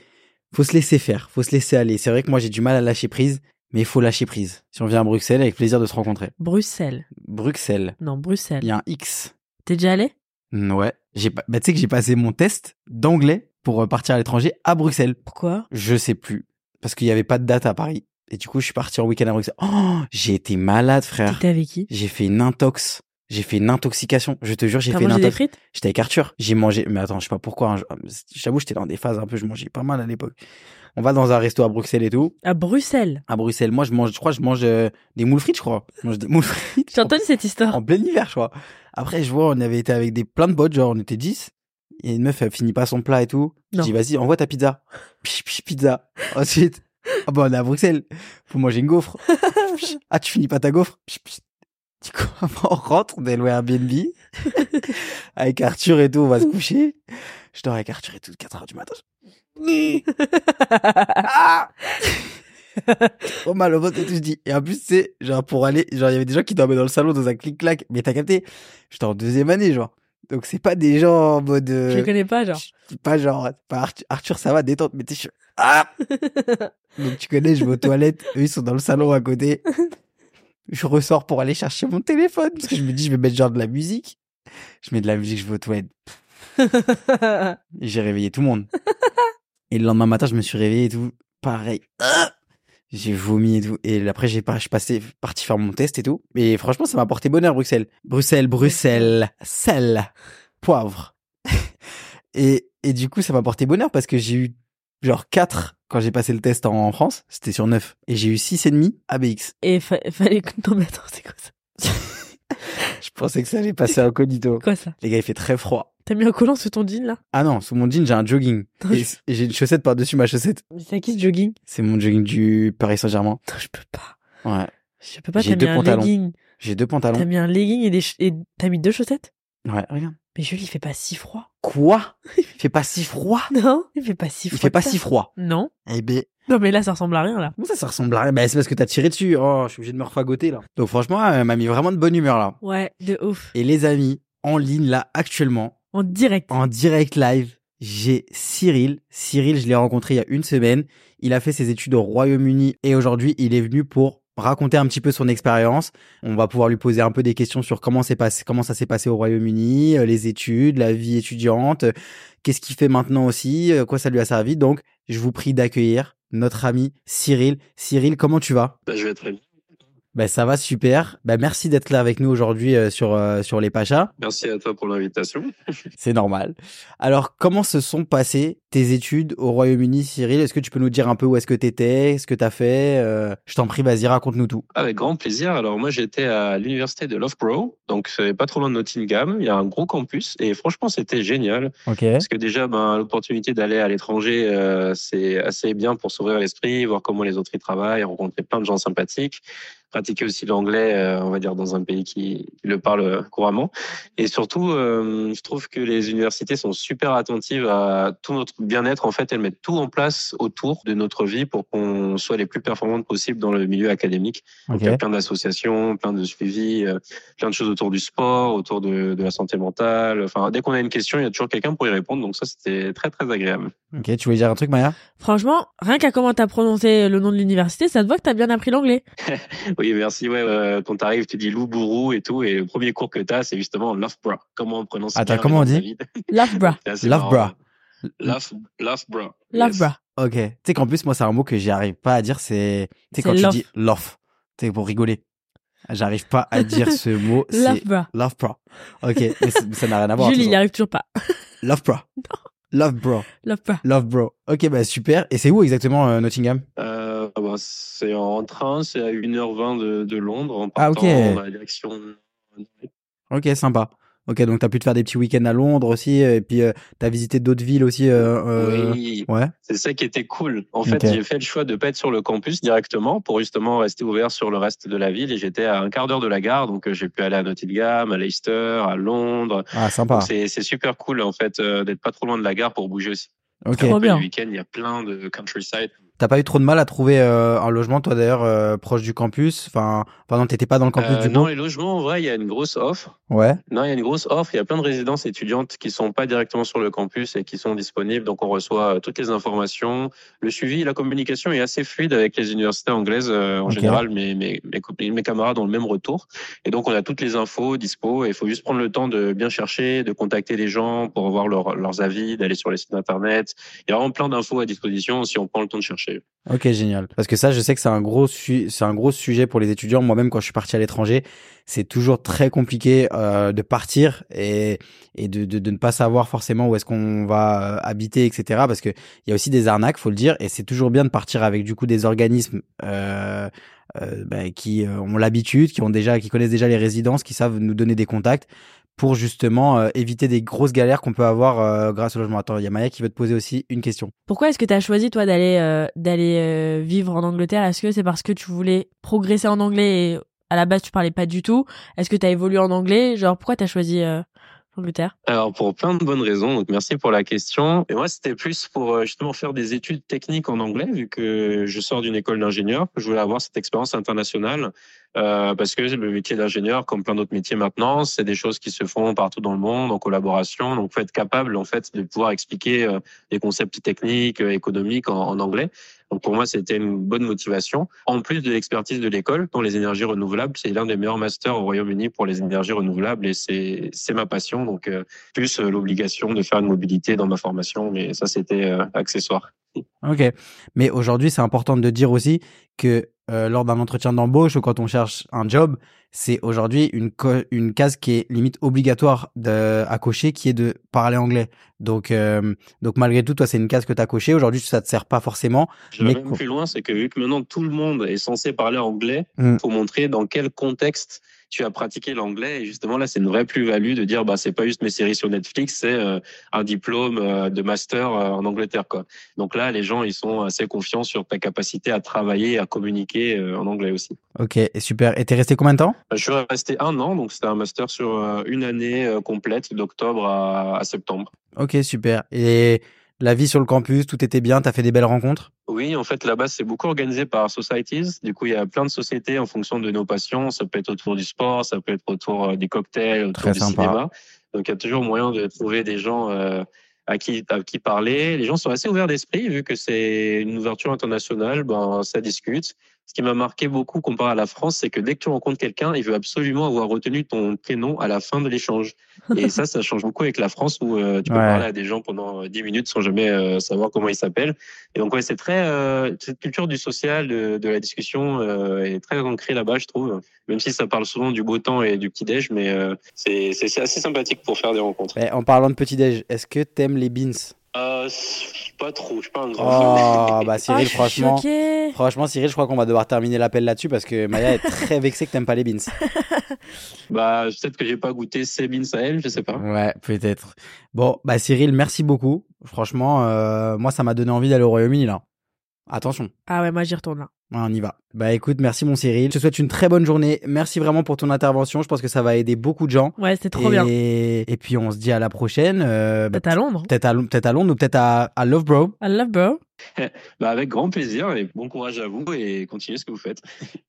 [SPEAKER 2] Faut se laisser faire. Faut se laisser aller. C'est vrai que moi, j'ai du mal à lâcher prise. Mais il faut lâcher prise. Si on vient à Bruxelles, avec plaisir de se rencontrer.
[SPEAKER 1] Bruxelles.
[SPEAKER 2] Bruxelles.
[SPEAKER 1] Non,
[SPEAKER 2] Il
[SPEAKER 1] Bruxelles.
[SPEAKER 2] y a un X.
[SPEAKER 1] T'es déjà allé
[SPEAKER 2] Mm, Ouais. J'ai pas... bah, tu sais que j'ai passé mon test d'anglais pour euh, partir à l'étranger à Bruxelles.
[SPEAKER 1] Pourquoi
[SPEAKER 2] Je sais plus. Parce qu'il n'y avait pas de date à Paris. Et du coup, je suis parti en week-end à Bruxelles. Oh, j'ai été malade, frère.
[SPEAKER 1] T'étais avec qui
[SPEAKER 2] J'ai fait une intox. J'ai fait une intoxication. Je te jure, j'ai
[SPEAKER 1] T'as
[SPEAKER 2] fait une
[SPEAKER 1] mangé des
[SPEAKER 2] intoxication.
[SPEAKER 1] frites
[SPEAKER 2] J'étais avec Arthur. J'ai mangé, mais attends, je sais pas pourquoi. hein, je- J'avoue, j'étais dans des phases un peu, je mangeais pas mal à l'époque. On va dans un resto à Bruxelles et tout.
[SPEAKER 1] À Bruxelles.
[SPEAKER 2] À Bruxelles, moi, je mange, je crois, je mange euh, des moules frites, je crois. Je mange des moules frites.
[SPEAKER 1] J'ai entendu cette histoire. *laughs*
[SPEAKER 2] En plein hiver, je crois. Après, je vois, on avait été avec des plein de potes, genre, on était 10. Et une meuf, elle finit pas son plat et tout. Je
[SPEAKER 1] Non.
[SPEAKER 2] dis, vas-y, envoie ta pizza. *laughs* Piche, piche, pizza. Ensuite, *laughs* ah bah, on est à Bruxelles. Faut manger une gaufre. Piche. ah, tu finis pas ta gaufre. Piche, piche. Du coup, *laughs* on rentre, on est loué à Airbnb. avec Arthur et tout, on va se coucher. Je dors avec Arthur et tout, 4 heures du matin. je- Ah Trop Oh, mal au ventre et tout, je dis. Et en plus, tu sais, genre, pour aller, genre, il y avait des gens qui dormaient dans le salon dans un clic-clac. Mais t'as capté, j'étais en deuxième année, genre. Donc, c'est pas des gens en mode. euh,
[SPEAKER 1] Je les connais pas, genre.
[SPEAKER 2] je dis Pas genre, pas Arthur, Arthur, ça va, détente, mais t'es je- Ah Donc tu connais, je vais aux toilettes, eux ils sont dans le salon à côté. Je ressors pour aller chercher mon téléphone, parce que je me dis, je vais mettre genre de la musique. Je mets de la musique, je vais aux toilettes. Et J'ai réveillé tout le monde. Et le lendemain matin, je me suis réveillé et tout, pareil. Ah J'ai vomi et tout. Et après, j'ai pas, je suis passé, parti faire mon test et tout. Mais franchement, ça m'a apporté bonheur, Bruxelles. Bruxelles, Bruxelles, sel, poivre. *laughs* et, et du coup, ça m'a apporté bonheur parce que j'ai eu genre 4 quand j'ai passé le test en France. C'était sur 9. Et j'ai eu 6,5 ABX.
[SPEAKER 1] Et fa- *laughs* fallait que. Non, mais attends, c'est quoi ça
[SPEAKER 2] Je pensais que ça allait passer incognito.
[SPEAKER 1] Quoi ça
[SPEAKER 2] Les gars, il fait très froid.
[SPEAKER 1] T'as mis un collant sous ton jean, là
[SPEAKER 2] Ah non, sous mon jean, j'ai un jogging. Et et j'ai une chaussette par-dessus ma chaussette.
[SPEAKER 1] Mais c'est à qui ce jogging
[SPEAKER 2] C'est mon jogging du Paris Saint-Germain.
[SPEAKER 1] Non, je peux pas.
[SPEAKER 2] Ouais.
[SPEAKER 1] Je peux pas,
[SPEAKER 2] J'ai
[SPEAKER 1] t'as mis
[SPEAKER 2] deux
[SPEAKER 1] un
[SPEAKER 2] pantalons.
[SPEAKER 1] legging.
[SPEAKER 2] J'ai deux
[SPEAKER 1] T'as
[SPEAKER 2] pantalons.
[SPEAKER 1] mis un legging et des ch- et t'as mis deux chaussettes
[SPEAKER 2] Ouais, regarde.
[SPEAKER 1] Mais Julie, il fait pas si froid. *laughs*
[SPEAKER 2] Quoi Il fait pas si froid
[SPEAKER 1] Non, il fait pas si
[SPEAKER 2] Il
[SPEAKER 1] froid.
[SPEAKER 2] fait pas
[SPEAKER 1] que ça.
[SPEAKER 2] si froid.
[SPEAKER 1] Non.
[SPEAKER 2] Eh ben,
[SPEAKER 1] Non, mais là, ça ressemble à rien, là.
[SPEAKER 2] comment ça, ça ressemble à rien Bah, c'est parce que t'as tiré dessus. Oh, je suis obligé de me refagoter, là. Donc, franchement, euh, elle m'a mis vraiment de bonne humeur, là.
[SPEAKER 1] Ouais, de ouf.
[SPEAKER 2] Et les amis, en ligne, là, actuellement,
[SPEAKER 1] En direct.
[SPEAKER 2] en direct live, j'ai Cyril. Cyril, je l'ai rencontré il y a une semaine. Il a fait ses études au Royaume-Uni et aujourd'hui, il est venu pour raconter un petit peu son expérience. On va pouvoir lui poser un peu des questions sur comment c'est passé, comment ça s'est passé au Royaume-Uni, euh, les études, la vie étudiante, euh, qu'est-ce qu'il fait maintenant aussi, euh, quoi ça lui a servi. Donc, je vous prie d'accueillir notre ami Cyril. Cyril, comment tu vas
[SPEAKER 4] Bah, je vais très bien.
[SPEAKER 2] Ben ça va super. Ben merci d'être là avec nous aujourd'hui euh, sur euh, sur les Pachas.
[SPEAKER 4] Merci à toi pour l'invitation.
[SPEAKER 2] C'est normal. Alors, comment se sont passées tes études au Royaume-Uni, Cyril Est-ce que tu peux nous dire un peu où est-ce que t'étais, ce que t'as fait Euh, Je t'en prie, vas-y, raconte-nous tout.
[SPEAKER 4] Ah, Avec grand plaisir. Alors, moi, j'étais à l'université de Loughborough, donc c'est pas trop loin de Nottingham. Il y a un gros campus et franchement, c'était génial
[SPEAKER 2] Ok.
[SPEAKER 4] parce que déjà, ben, l'opportunité d'aller à l'étranger, euh, c'est assez bien pour s'ouvrir l'esprit, voir comment les autres y travaillent, rencontrer plein de gens sympathiques, pratiquer aussi l'anglais, euh, on va dire, dans un pays qui le parle couramment. Et surtout, euh, je trouve que les universités sont super attentives à tout notre bien-être. En fait, elles mettent tout en place autour de notre vie pour qu'on soit les plus performantes possibles dans le milieu académique. Donc,
[SPEAKER 2] Ok.
[SPEAKER 4] il y a plein d'associations, plein de suivis, euh, plein de choses autour du sport, autour de, de la santé mentale. Enfin, dès qu'on a une question, il y a toujours quelqu'un pour y répondre. Donc ça, c'était très très agréable.
[SPEAKER 2] Ok. Tu voulais dire un truc, Maya
[SPEAKER 1] Franchement, rien qu'à comment t'as prononcé le nom de l'université, ça te voit que t'as bien appris l'anglais.
[SPEAKER 4] Oui, merci. Ouais, euh, quand t'arrives, tu dis Loubourou et tout, et le premier cours que t'as, c'est justement Loughborough. Comment on prononce
[SPEAKER 2] Attends,
[SPEAKER 4] bien,
[SPEAKER 2] comment on
[SPEAKER 4] mais dans
[SPEAKER 2] dit
[SPEAKER 4] la vie,
[SPEAKER 1] Loughborough.
[SPEAKER 4] c'est assez
[SPEAKER 2] Loughborough.
[SPEAKER 4] marrant. Lough- Loughborough. Yes.
[SPEAKER 1] Loughborough.
[SPEAKER 2] Ok. Tu sais qu'en plus, moi, c'est un mot que j'arrive pas à dire. C'est tu sais
[SPEAKER 1] C'est
[SPEAKER 2] quand
[SPEAKER 1] love.
[SPEAKER 2] tu dis love. Tu sais pour rigoler. J'arrive pas à dire ce mot. C'est
[SPEAKER 1] Loughborough.
[SPEAKER 2] love bro. Ok. Mais c'est- mais ça n'a rien à voir.
[SPEAKER 1] Julie, il y
[SPEAKER 2] attention.
[SPEAKER 1] arrive toujours pas. *laughs*
[SPEAKER 2] Love bro. Love bro.
[SPEAKER 1] Loughborough.
[SPEAKER 2] Love bro. Ok. Bah super. Et c'est où exactement euh, Nottingham
[SPEAKER 4] Euh, bah, c'est en train, c'est à 1h20 de, de Londres, en
[SPEAKER 2] Ah,
[SPEAKER 4] partant
[SPEAKER 2] ok.
[SPEAKER 4] dans la direction
[SPEAKER 2] Ok, sympa. Ok, donc t'as pu te faire des petits week-ends à Londres aussi, euh, et puis euh, t'as visité d'autres villes aussi. euh, euh,
[SPEAKER 4] Oui.
[SPEAKER 2] Ouais.
[SPEAKER 4] C'est ça qui était cool. En
[SPEAKER 2] Ok.
[SPEAKER 4] fait, j'ai fait le choix de pas être sur le campus directement pour justement rester ouvert sur le reste de la ville. Et j'étais à un quart d'heure de la gare, donc euh, j'ai pu aller à Nottingham, à Leicester, à Londres.
[SPEAKER 2] Ah, sympa.
[SPEAKER 4] Donc, C'est c'est super cool en fait euh, d'être pas trop loin de la gare pour bouger aussi.
[SPEAKER 2] Ok.
[SPEAKER 1] Trop
[SPEAKER 4] Après,
[SPEAKER 1] bien.
[SPEAKER 4] Le week-end, il y a plein de countryside.
[SPEAKER 2] T'as pas eu trop de mal à trouver euh, un logement, toi d'ailleurs, euh, proche du campus. Enfin, enfin non, t'étais pas dans le campus
[SPEAKER 4] Euh,
[SPEAKER 2] du
[SPEAKER 4] non,
[SPEAKER 2] coup.
[SPEAKER 4] les logements, en vrai, il y a une grosse offre.
[SPEAKER 2] Ouais.
[SPEAKER 4] Non, il y a une grosse offre. Il y a plein de résidences étudiantes qui sont pas directement sur le campus et qui sont disponibles. Donc, on reçoit euh, toutes les informations. Le suivi, et la communication est assez fluide avec les universités anglaises. euh, en
[SPEAKER 2] Ok.
[SPEAKER 4] général, mes, mes, mes, copines- mes camarades ont le même retour. Et donc, on a toutes les infos dispo. Et il faut juste prendre le temps de bien chercher, de contacter les gens pour avoir leur- leurs avis, d'aller sur les sites internet. Il y a vraiment plein d'infos à disposition si on prend le temps de chercher. absolue.
[SPEAKER 2] Ok, génial. Parce que ça, je sais que c'est un gros su- c'est un gros sujet pour les étudiants. Moi-même, quand je suis parti à l'étranger, c'est toujours très compliqué euh, de partir et, et de, de, de ne pas savoir forcément où est-ce qu'on va euh, habiter, etc. Parce que il y a aussi des arnaques, faut le dire, et c'est toujours bien de partir avec du coup des organismes euh, euh, bah, qui euh, ont l'habitude, qui ont déjà, qui connaissent déjà les résidences, qui savent nous donner des contacts pour justement euh, éviter des grosses galères qu'on peut avoir euh, grâce au logement. Attends, il y a Maya qui veut te poser aussi une question.
[SPEAKER 1] Pourquoi est-ce que tu as choisi, toi, d'aller euh, d'aller euh, vivre en Angleterre Est-ce que c'est parce que tu voulais progresser en anglais et à la base, tu parlais pas du tout Est-ce que tu as évolué en anglais Genre, pourquoi tu as choisi euh, l'Angleterre
[SPEAKER 4] Alors, pour plein de bonnes raisons, donc merci pour la question. Et moi, c'était plus pour euh, justement faire des études techniques en anglais, vu que je sors d'une école d'ingénieur. Je voulais avoir cette expérience internationale, euh, parce que le métier d'ingénieur, comme plein d'autres métiers maintenant, c'est des choses qui se font partout dans le monde, en collaboration. Donc, faut être capable, en fait, de pouvoir expliquer euh, des concepts techniques, euh, économiques en, en anglais. Donc, pour moi, c'était une bonne motivation. En plus de l'expertise de l'école dans les énergies renouvelables, c'est l'un des meilleurs masters au Royaume-Uni pour les énergies renouvelables et c'est, c'est ma passion. Donc, euh, plus euh, l'obligation de faire une mobilité dans ma formation, mais ça c'était euh, accessoire.
[SPEAKER 2] Ok, mais aujourd'hui c'est important de dire aussi que euh, lors d'un entretien d'embauche ou quand on cherche un job, c'est aujourd'hui une co- une case qui est limite obligatoire de, à cocher, qui est de parler anglais. Donc euh, donc malgré tout, toi c'est une case que t'as cochée. Aujourd'hui ça te sert pas forcément.
[SPEAKER 4] Je vais
[SPEAKER 2] Mais
[SPEAKER 4] même
[SPEAKER 2] quoi-
[SPEAKER 4] plus loin, c'est que vu que maintenant tout le monde est censé parler anglais,
[SPEAKER 2] Mm.
[SPEAKER 4] faut montrer dans quel contexte tu as pratiqué l'anglais. Et justement, là, c'est une vraie plus-value de dire, bah, c'est pas juste mes séries sur Netflix, c'est euh, un diplôme euh, de master euh, en Angleterre, quoi. Donc là, les gens, ils sont assez confiants sur ta capacité à travailler, à communiquer euh, en anglais aussi. Euh,
[SPEAKER 2] Ok, et super. Et t'es resté combien de temps
[SPEAKER 4] Je suis resté un an, donc c'était un master sur euh, une année euh, complète, d'octobre à, à septembre.
[SPEAKER 2] Ok, super. Et la vie sur le campus, tout était bien. T'as fait des belles rencontres.
[SPEAKER 4] Oui, en fait, là-bas, c'est beaucoup organisé par societies. Du coup, il y a plein de sociétés en fonction de nos passions. Ça peut être autour du sport, ça peut être autour euh, des cocktails, autour
[SPEAKER 2] Très
[SPEAKER 4] du
[SPEAKER 2] sympa.
[SPEAKER 4] cinéma. Donc, il y a toujours moyen de trouver des gens euh, à qui à qui parler. Les gens sont assez ouverts d'esprit, vu que c'est une ouverture internationale. Ben, ça discute. Ce qui m'a marqué beaucoup comparé à la France, c'est que dès que tu rencontres quelqu'un, il veut absolument avoir retenu ton prénom à la fin de l'échange. Et ça, ça change beaucoup avec la France où euh, tu peux
[SPEAKER 2] Ouais.
[SPEAKER 4] parler à des gens pendant euh, 10 minutes sans jamais euh, savoir comment ils s'appellent. Et donc, ouais, c'est très. euh, cette culture du social, de, de la discussion euh, est très ancrée là-bas, je trouve. Même si ça parle souvent du beau temps et du petit-déj, mais euh, c'est c'est- c'est assez sympathique pour faire des rencontres.
[SPEAKER 2] Eh, en parlant de petit déj, est-ce que t'aimes les beans
[SPEAKER 4] Euh, c'est- pas trop, je suis pas un grand fan.
[SPEAKER 2] Oh bah
[SPEAKER 1] Ah,
[SPEAKER 2] Cyril,
[SPEAKER 1] je suis
[SPEAKER 2] franchement.
[SPEAKER 1] choquée.
[SPEAKER 2] Franchement, Cyril, je crois qu'on va devoir terminer l'appel là-dessus parce que Maya est très vexée que t'aimes pas les beans.
[SPEAKER 4] Bah, peut-être que j'ai pas goûté Sabine Sahel, je sais pas.
[SPEAKER 2] Ouais, peut-être. Bon, bah Cyril, merci beaucoup. Franchement, euh, moi, ça m'a donné envie d'aller au Royaume-Uni là. Attention,
[SPEAKER 1] Ah ouais, moi, j'y retourne là.
[SPEAKER 2] Ouais, on y va. Bah écoute, merci mon Cyril. Je te souhaite une très bonne journée. Merci vraiment pour ton intervention. Je pense que ça va aider beaucoup de gens.
[SPEAKER 1] Ouais, c'était trop
[SPEAKER 2] et...
[SPEAKER 1] bien.
[SPEAKER 2] Et puis on se dit à la prochaine. euh, bah,
[SPEAKER 1] Peut-être à Londres. hein?
[SPEAKER 2] peut-être à, Lon- peut-être à Londres ou peut-être à, à Lovebro.
[SPEAKER 1] I love, bro.
[SPEAKER 4] Bah, avec grand plaisir et bon courage à vous et continuez ce que vous faites.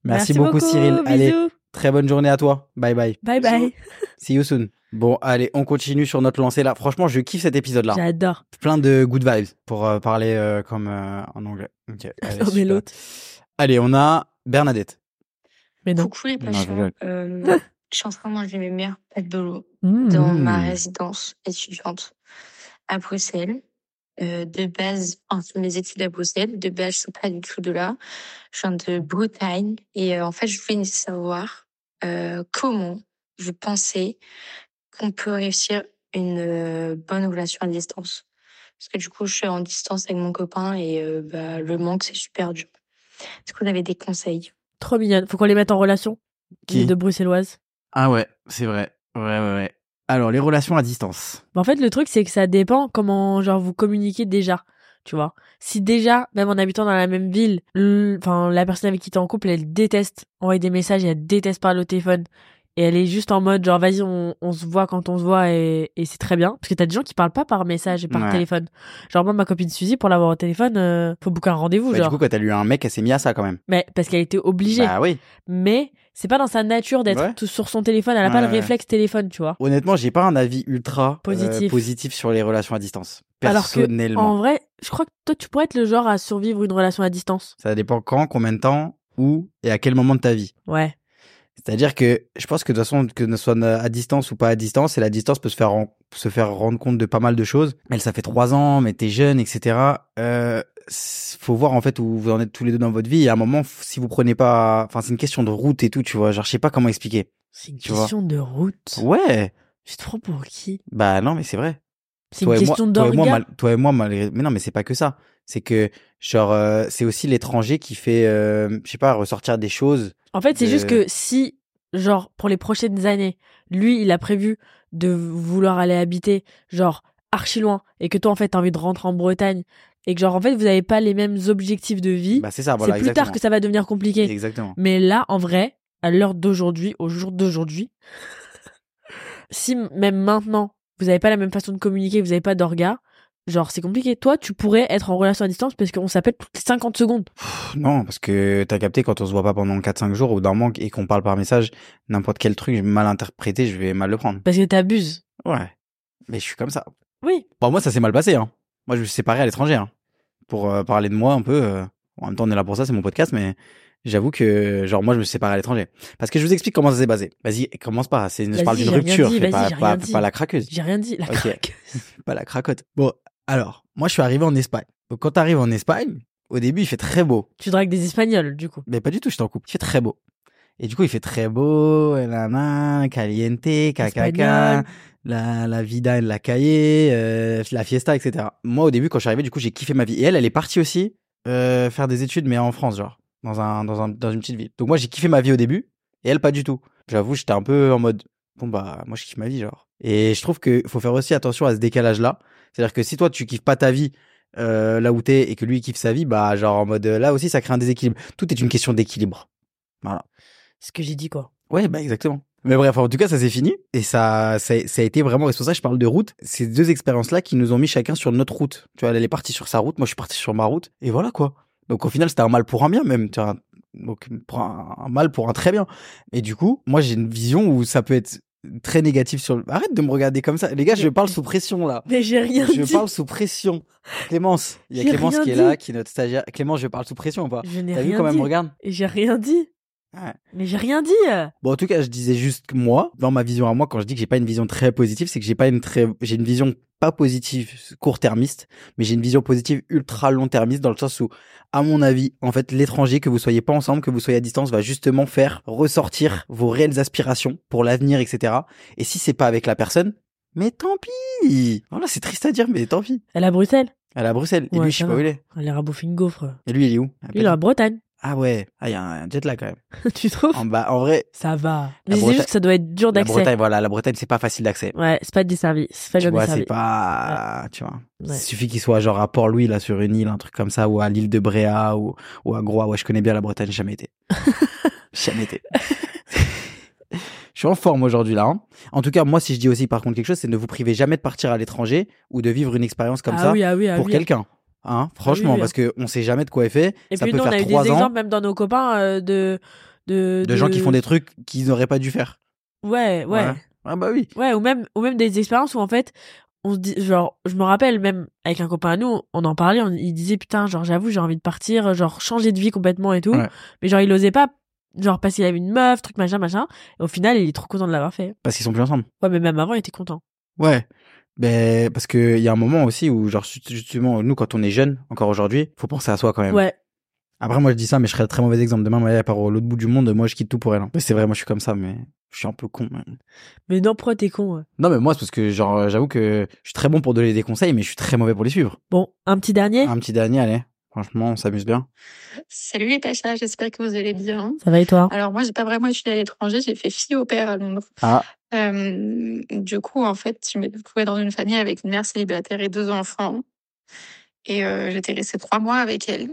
[SPEAKER 2] Merci, beaucoup, Cyril.
[SPEAKER 1] Bisous.
[SPEAKER 2] Allez, très bonne journée à toi. Bye bye.
[SPEAKER 1] Bye bye.
[SPEAKER 2] See you soon. Bon, allez, on continue sur notre lancée là. Franchement, je kiffe cet épisode là.
[SPEAKER 1] J'adore.
[SPEAKER 2] plein de good vibes pour euh, parler euh, comme euh, en anglais.
[SPEAKER 1] *laughs*
[SPEAKER 2] Ok, allez,
[SPEAKER 1] Non, mais
[SPEAKER 2] super.
[SPEAKER 1] l'autre.
[SPEAKER 2] Allez, on a Bernadette.
[SPEAKER 1] Mais non.
[SPEAKER 3] Coucou les
[SPEAKER 2] Non, je
[SPEAKER 3] pachas.
[SPEAKER 2] rigole. *laughs*
[SPEAKER 3] Euh, je suis en train de manger mes meilleures pâtes de l'eau
[SPEAKER 1] Mmh.
[SPEAKER 3] dans
[SPEAKER 2] Mmh.
[SPEAKER 3] ma résidence étudiante à Bruxelles. Euh, de base, enfin, c'est mes études à Bruxelles. De base, je suis pas du tout de là. Je viens de Bretagne. Et euh, en fait, je voulais savoir euh, comment vous pensez qu'on peut réussir une euh, bonne relation à distance. Parce que du coup, je suis en distance avec mon copain et euh, bah, le manque, c'est super dur. Est-ce que vous avez des conseils
[SPEAKER 1] Trop mignonne. Faut qu'on les mette en relation.
[SPEAKER 2] Qui
[SPEAKER 1] Les deux bruxelloises.
[SPEAKER 2] Ah ouais, c'est vrai. Ouais, ouais, ouais. Alors, les relations à distance.
[SPEAKER 1] Mais en fait, le truc, c'est que ça dépend comment, genre, vous communiquez déjà. Tu vois. Si déjà, même en habitant dans la même ville, le- enfin, la personne avec qui t'es en couple, elle déteste envoyer des messages et elle déteste parler au téléphone. Et elle est juste en mode, genre, vas-y, on, on se voit quand on se voit et, et c'est très bien. Parce que t'as des gens qui parlent pas par message et par
[SPEAKER 2] Ouais.
[SPEAKER 1] téléphone. Genre, moi, ma copine Suzy, pour l'avoir au téléphone, euh, faut booker un rendez-vous,
[SPEAKER 2] Bah,
[SPEAKER 1] genre.
[SPEAKER 2] du coup, quand elle a eu un mec, elle s'est mise à ça quand même.
[SPEAKER 1] Mais parce qu'elle était obligée.
[SPEAKER 2] Bah oui.
[SPEAKER 1] Mais c'est pas dans sa nature d'être
[SPEAKER 2] Ouais.
[SPEAKER 1] tout sur son téléphone. Elle a
[SPEAKER 2] Ouais,
[SPEAKER 1] pas le
[SPEAKER 2] ouais.
[SPEAKER 1] réflexe téléphone, tu vois.
[SPEAKER 2] Honnêtement, j'ai pas un avis ultra euh,
[SPEAKER 1] Positif.
[SPEAKER 2] positif sur les relations à distance.
[SPEAKER 1] Alors que,
[SPEAKER 2] Personnellement.
[SPEAKER 1] En vrai, je crois que toi, tu pourrais être le genre à survivre une relation à distance.
[SPEAKER 2] Ça dépend quand, combien de temps, où et à quel moment de ta vie.
[SPEAKER 1] Ouais.
[SPEAKER 2] C'est-à-dire que je pense que de toute façon, que ce soit à distance ou pas à distance, et la distance peut se faire, ren- se faire rendre compte de pas mal de choses. Elle, ça fait trois ans, mais t'es jeune, etc. Euh, c'est- faut voir en fait où vous en êtes tous les deux dans votre vie. Et à un moment, f- si vous prenez pas, enfin, c'est une question de route et tout, tu vois. Genre, je sais pas comment expliquer.
[SPEAKER 1] C'est une
[SPEAKER 2] Tu vois.
[SPEAKER 1] question de route.
[SPEAKER 2] Ouais.
[SPEAKER 1] Tu te prends pour qui
[SPEAKER 2] Bah non, mais c'est vrai.
[SPEAKER 1] C'est une
[SPEAKER 2] et moi-
[SPEAKER 1] question
[SPEAKER 2] toi et moi,
[SPEAKER 1] d'orgueil.
[SPEAKER 2] mal- toi et moi, malgré- mais non, mais c'est pas que ça. C'est que genre, euh, c'est aussi l'étranger qui fait, euh, je sais pas, ressortir des choses.
[SPEAKER 1] En fait, c'est juste
[SPEAKER 2] de-
[SPEAKER 1] que si, genre, pour les prochaines années, lui, il a prévu de vouloir aller habiter, genre, archi loin, et que toi, en fait, t'as envie de rentrer en Bretagne, et que, genre, en fait, vous n'avez pas les mêmes objectifs de vie,
[SPEAKER 2] Bah c'est ça, voilà.
[SPEAKER 1] c'est plus tard que ça va devenir compliqué.
[SPEAKER 2] Exactement.
[SPEAKER 1] Mais là, en vrai, à l'heure d'aujourd'hui, au jour d'aujourd'hui, *laughs* si m- même maintenant, vous n'avez pas la même façon de communiquer, vous n'avez pas d'orga, genre c'est compliqué. Toi, tu pourrais être en relation à distance parce qu'on s'appelle toutes les 50 secondes.
[SPEAKER 2] Pff, non, parce que t'as capté quand on se voit pas pendant 4-5 jours ou d'un manque et qu'on parle par message, n'importe quel truc je vais mal interprété, je vais mal le prendre.
[SPEAKER 1] Parce que t'abuses.
[SPEAKER 2] Ouais. Mais je suis comme ça.
[SPEAKER 1] Oui.
[SPEAKER 2] Bon, moi, ça s'est mal passé. Hein. Moi, je me suis séparé à l'étranger. hein. Pour euh, parler de moi un peu. euh, en même temps, on est là pour ça, c'est mon podcast, mais j'avoue que, genre, moi, je me suis séparé à l'étranger. Parce que je vous explique comment ça s'est passé. Vas-y, commence pas. C'est une- je
[SPEAKER 1] Vas-y,
[SPEAKER 2] parle d'une
[SPEAKER 1] j'ai rien
[SPEAKER 2] rupture,
[SPEAKER 1] dit,
[SPEAKER 2] fais
[SPEAKER 1] vas-y,
[SPEAKER 2] pas,
[SPEAKER 1] j'ai
[SPEAKER 2] pas,
[SPEAKER 1] rien dit.
[SPEAKER 2] pas la craqueuse,
[SPEAKER 1] J'ai rien dit. La
[SPEAKER 2] Ok.
[SPEAKER 1] craque.
[SPEAKER 2] pas la cracotte. Bon, alors, moi, je suis arrivé en Espagne. Donc, quand t'arrives en Espagne, au début, il fait très beau.
[SPEAKER 1] Tu dragues des Espagnols, du coup.
[SPEAKER 2] Mais pas du tout, je t'en coupe. Il fait très beau. Et du coup, il fait très beau, et nana, caliente, cacaca,
[SPEAKER 1] Espagnol.
[SPEAKER 2] la, la vida en la calle, euh, la fiesta, etc. Moi, au début, quand je suis arrivé, du coup, j'ai kiffé ma vie. Et elle, elle est partie aussi euh, faire des études, mais en France, genre, dans, un, dans, un, dans une petite ville. Donc moi, j'ai kiffé ma vie au début, et elle, pas du tout. J'avoue, j'étais un peu en mode, bon, bah, moi, je kiffe ma vie, genre. Et je trouve qu'il faut faire aussi attention à ce décalage-là. C'est-à-dire que si toi, tu kiffes pas ta vie euh, là où t'es et que lui, il kiffe sa vie, bah, genre, en mode, euh, là aussi, ça crée un déséquilibre. Tout est une question d'équilibre.
[SPEAKER 1] C'est ce que j'ai dit, quoi.
[SPEAKER 2] Ouais, bah exactement. Mais bref, en tout cas, ça c'est fini et ça, ça, ça a été vraiment. Et c'est pour ça que je parle de route. Ces deux expériences-là qui nous ont mis chacun sur notre route. Tu vois, elle est partie sur sa route, moi je suis parti sur ma route, et voilà quoi. Donc au final, c'était un mal pour un bien même. Tu vois, donc pour un, un mal pour un très bien. Et du coup, moi j'ai une vision où ça peut être très négatif sur. le- Arrête de me regarder comme ça, les gars. Je parle sous pression là.
[SPEAKER 1] Mais j'ai rien
[SPEAKER 2] Je
[SPEAKER 1] dit.
[SPEAKER 2] parle sous pression. Clémence, il y a
[SPEAKER 1] J'ai
[SPEAKER 2] Clémence
[SPEAKER 1] rien
[SPEAKER 2] qui est
[SPEAKER 1] dit.
[SPEAKER 2] là, qui est notre stagiaire. Clémence, je parle sous pression ou pas
[SPEAKER 1] Je n'ai
[SPEAKER 2] T'as vu
[SPEAKER 1] rien
[SPEAKER 2] quand même,
[SPEAKER 1] dit.
[SPEAKER 2] regarde.
[SPEAKER 1] Et j'ai rien dit.
[SPEAKER 2] Ouais.
[SPEAKER 1] Mais j'ai rien dit.
[SPEAKER 2] Bon, en tout cas, je disais juste que moi, dans ma vision à moi, quand je dis que j'ai pas une vision très positive, c'est que j'ai pas une très, j'ai une vision pas positive court-termiste, mais j'ai une vision positive ultra long-termiste dans le sens où, à mon avis, en fait, l'étranger, que vous soyez pas ensemble, que vous soyez à distance, va justement faire ressortir vos réelles aspirations pour l'avenir, etc. Et si c'est pas avec la personne, mais tant pis! Voilà, c'est triste à dire, mais tant pis.
[SPEAKER 1] Elle est à Bruxelles.
[SPEAKER 2] Elle est à Bruxelles. Et
[SPEAKER 1] Ouais,
[SPEAKER 2] lui, je sais
[SPEAKER 1] ça
[SPEAKER 2] pas où
[SPEAKER 1] va.
[SPEAKER 2] il est.
[SPEAKER 1] Elle a bouffé une gaufre.
[SPEAKER 2] Et lui, il est où?
[SPEAKER 1] Lui, Il est en Bretagne.
[SPEAKER 2] Ah ouais. Ah, il y a un jet lag quand même.
[SPEAKER 1] *laughs* tu trouves
[SPEAKER 2] En, bah, en vrai,
[SPEAKER 1] Ça va. Mais c'est
[SPEAKER 2] Bretagne-
[SPEAKER 1] juste que ça doit être dur
[SPEAKER 2] la
[SPEAKER 1] d'accès.
[SPEAKER 2] Bretagne, voilà, la Bretagne, c'est pas facile d'accès.
[SPEAKER 1] Ouais, c'est pas desservi. C'est pas
[SPEAKER 2] tu
[SPEAKER 1] bien
[SPEAKER 2] vois,
[SPEAKER 1] desservi.
[SPEAKER 2] c'est pas, tu vois.
[SPEAKER 1] Ouais.
[SPEAKER 2] Il suffit qu'il soit genre à Port-Louis, là, sur une île, un truc comme ça, ou à l'île de Bréa, ou, ou à Groix. Ouais, je connais bien la Bretagne, j'ai
[SPEAKER 1] *laughs*
[SPEAKER 2] jamais été. jamais été. je suis en forme aujourd'hui, là. hein. En tout cas, moi, si je dis aussi, par contre, quelque chose, c'est ne vous privez jamais de partir à l'étranger ou de vivre une expérience comme
[SPEAKER 1] ah
[SPEAKER 2] ça
[SPEAKER 1] oui, ah oui, ah
[SPEAKER 2] pour
[SPEAKER 1] oui. Ah
[SPEAKER 2] quelqu'un. Hein, franchement,
[SPEAKER 1] oui,
[SPEAKER 2] parce que on sait jamais de quoi est fait.
[SPEAKER 1] Et
[SPEAKER 2] ça
[SPEAKER 1] puis
[SPEAKER 2] peut
[SPEAKER 1] nous, on
[SPEAKER 2] faire
[SPEAKER 1] a eu des
[SPEAKER 2] trois ans
[SPEAKER 1] exemples même dans nos copains euh, de, de,
[SPEAKER 2] de, gens qui font des trucs qu'ils n'auraient pas dû faire.
[SPEAKER 1] Ouais, ouais,
[SPEAKER 2] Ouais.
[SPEAKER 1] ouais.
[SPEAKER 2] Ah bah oui.
[SPEAKER 1] ou même ou même des expériences où en fait, on se dit genre je me rappelle même avec un copain à nous, on en parlait, on- il disait putain, genre j'avoue, j'ai envie de partir, genre changer de vie complètement et tout.
[SPEAKER 2] Ouais.
[SPEAKER 1] Mais genre il osait pas genre parce qu'il avait une meuf, truc machin machin. Et au final, il est trop content de l'avoir fait.
[SPEAKER 2] Parce qu'ils sont plus ensemble.
[SPEAKER 1] Ouais, mais même avant, il était content.
[SPEAKER 2] Ouais. Ben, parce qu'il y a un moment aussi où, genre, ju- justement, nous, quand on est jeune, encore aujourd'hui, faut penser à soi quand même.
[SPEAKER 1] Ouais.
[SPEAKER 2] Après, moi, je dis ça, mais je serais un très mauvais exemple. Demain, ma mère part à l'autre bout du monde, moi, je quitte tout pour elle. hein. Mais c'est vrai, moi, je suis comme ça, mais je suis un peu con. hein.
[SPEAKER 1] Mais non, pro t'es con. ouais.
[SPEAKER 2] Non, mais moi, c'est parce que, genre, j'avoue que je suis très bon pour donner des conseils, mais je suis très mauvais pour les suivre.
[SPEAKER 1] Bon, un petit dernier.
[SPEAKER 2] Un petit dernier, allez. Franchement, on s'amuse bien.
[SPEAKER 3] Salut les Pachas, j'espère que vous allez bien.
[SPEAKER 1] Ça va et toi
[SPEAKER 3] Alors moi, j'ai pas vraiment étudié à l'étranger, j'ai fait fille au père à Londres.
[SPEAKER 2] Ah.
[SPEAKER 3] Euh, du coup, en fait, je me retrouvée dans une famille avec une mère célibataire et deux enfants. Et euh, j'étais restée trois mois avec elle.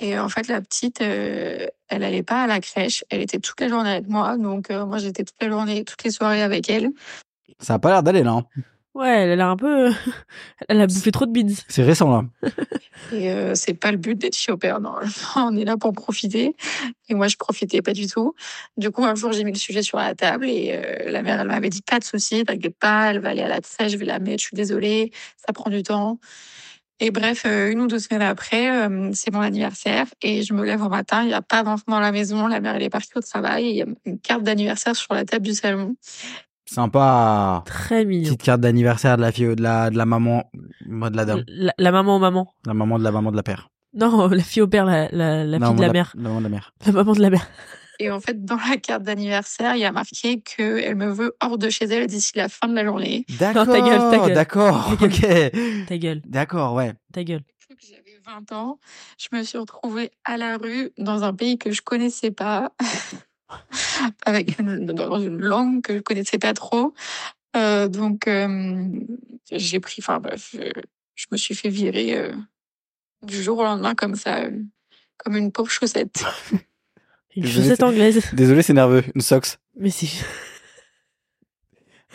[SPEAKER 3] Et en fait, la petite, euh, elle allait pas à la crèche. Elle était toute la journée avec moi. Donc, euh, moi, j'étais toute la journée, toutes les soirées avec elle.
[SPEAKER 2] Ça a pas l'air d'aller, là. hein.
[SPEAKER 1] Ouais, elle a l'air un peu. *laughs* Elle a bouffé trop de beans.
[SPEAKER 2] C'est récent, là.
[SPEAKER 3] Et euh, c'est pas le but d'être fille au père, non. *laughs* On est là pour profiter. Et moi, je profitais pas du tout. Du coup, un jour, j'ai mis le sujet sur la table et euh, la mère, elle m'avait dit pas de souci, t'inquiète pas, elle va aller à la crèche, je vais la mettre, je suis désolée, ça prend du temps. Et bref, euh, une ou deux semaines après, euh, c'est mon anniversaire et je me lève au matin, il n'y a pas d'enfant dans la maison, la mère, elle est partie au travail, et il y a une carte d'anniversaire sur la table du salon.
[SPEAKER 2] Sympa.
[SPEAKER 1] Très mignon.
[SPEAKER 2] Petite carte d'anniversaire de la fille, de la, de la maman, moi de la dame.
[SPEAKER 1] La, la maman aux mamans.
[SPEAKER 2] La maman de la maman de la père.
[SPEAKER 1] Non, *laughs* la fille au père, la, la, la
[SPEAKER 2] Non,
[SPEAKER 1] fille de
[SPEAKER 2] maman
[SPEAKER 1] la mère.
[SPEAKER 2] La maman de la mère.
[SPEAKER 1] La maman de la mère.
[SPEAKER 5] Et en fait, dans la carte d'anniversaire, il y a marqué qu'elle me veut hors de chez elle d'ici la fin de
[SPEAKER 1] *laughs*
[SPEAKER 5] la journée.
[SPEAKER 2] D'accord.
[SPEAKER 1] ta gueule, ta gueule.
[SPEAKER 2] D'accord.
[SPEAKER 1] Ta
[SPEAKER 2] Ok.
[SPEAKER 1] Ta gueule,
[SPEAKER 2] D'accord, ouais.
[SPEAKER 1] ta gueule.
[SPEAKER 5] Depuis que J'avais 20 ans. Je me suis retrouvée à la rue dans un pays que je connaissais pas, *laughs* avec une, dans une langue que je connaissais pas trop. Euh, donc, euh, j'ai pris, enfin bref, euh, je me suis fait virer euh, du jour au lendemain comme ça, euh, comme une pauvre chaussette.
[SPEAKER 1] Une
[SPEAKER 2] Désolé,
[SPEAKER 1] chaussette
[SPEAKER 2] c'est-
[SPEAKER 1] anglaise.
[SPEAKER 2] Désolé, c'est nerveux. Une socks.
[SPEAKER 1] Mais c'est *laughs*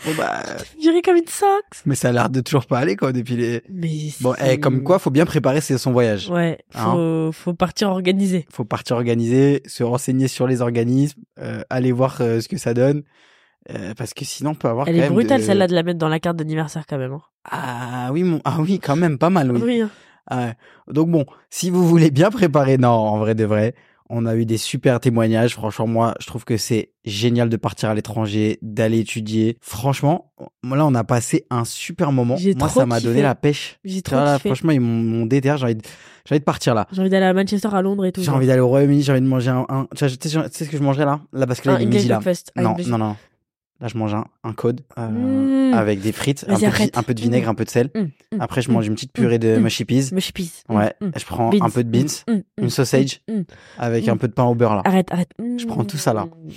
[SPEAKER 2] Bon, bah,
[SPEAKER 1] viré comme une socks.
[SPEAKER 2] mais ça a l'air de toujours pas aller, quoi, depuis les.
[SPEAKER 1] Mais
[SPEAKER 2] Bon,
[SPEAKER 1] c'est-
[SPEAKER 2] eh, comme quoi, hein. faut bien préparer ses- son voyage.
[SPEAKER 1] Ouais, faut, faut partir organisé.
[SPEAKER 2] Faut partir organiser, se renseigner sur les organismes, euh, aller voir euh, ce que ça donne, euh, parce que sinon, on peut avoir.
[SPEAKER 1] Elle
[SPEAKER 2] quand
[SPEAKER 1] est
[SPEAKER 2] même euh,
[SPEAKER 1] brutale
[SPEAKER 2] de-
[SPEAKER 1] celle-là de la mettre dans la carte d'anniversaire quand même. hein.
[SPEAKER 2] Ah oui, mon... ah oui, quand même, pas mal. Oui.
[SPEAKER 1] Oui, hein.
[SPEAKER 2] Ah ouais. donc bon, si vous voulez bien préparer, non, en vrai de vrai, on a eu des super témoignages. Franchement, moi, je trouve que c'est génial de partir à l'étranger, d'aller étudier. Franchement, on- là, on a passé un super moment.
[SPEAKER 1] J'ai
[SPEAKER 2] Moi,
[SPEAKER 1] trop
[SPEAKER 2] ça m'a donné
[SPEAKER 1] kiffé.
[SPEAKER 2] la pêche.
[SPEAKER 1] j'ai trop
[SPEAKER 2] Là, là,
[SPEAKER 1] kiffé.
[SPEAKER 2] franchement, ils m'ont m'ont déterre. J'ai envie, de... j'ai envie de partir là.
[SPEAKER 1] J'ai envie d'aller à Manchester, à Londres et tout.
[SPEAKER 2] J'ai
[SPEAKER 1] genre.
[SPEAKER 2] envie d'aller au Royaume-Uni. J'ai envie de manger un. un- Tu sais, tu sais- tu sais ce que je mangerais là Là, parce que là,
[SPEAKER 1] Un
[SPEAKER 2] il est
[SPEAKER 1] English
[SPEAKER 2] midi là.
[SPEAKER 1] breakfast. Ah,
[SPEAKER 2] Non,
[SPEAKER 1] English-
[SPEAKER 2] non, non. Là, je mange un, un code euh,
[SPEAKER 1] Mmh.
[SPEAKER 2] avec des frites, un
[SPEAKER 1] Vas-y,
[SPEAKER 2] peu, de, vi-
[SPEAKER 1] arrête.
[SPEAKER 2] un peu de vinaigre,
[SPEAKER 1] Mmh.
[SPEAKER 2] un peu de sel.
[SPEAKER 1] Mmh, mmh,
[SPEAKER 2] Après, je
[SPEAKER 1] mmh.
[SPEAKER 2] mange une petite purée de
[SPEAKER 1] Mmh.
[SPEAKER 2] mushy peas.
[SPEAKER 1] Mais je pisse.
[SPEAKER 2] Ouais,
[SPEAKER 1] Mmh, mmh.
[SPEAKER 2] je prends
[SPEAKER 1] Beans.
[SPEAKER 2] un peu de beans,
[SPEAKER 1] Mmh, mmh,
[SPEAKER 2] une
[SPEAKER 1] mmh,
[SPEAKER 2] sausage
[SPEAKER 1] mmh, mmh.
[SPEAKER 2] avec
[SPEAKER 1] Mm.
[SPEAKER 2] un peu de pain au beurre là.
[SPEAKER 1] Arrête, arrête.
[SPEAKER 2] prends tout ça, là.
[SPEAKER 1] Mmh,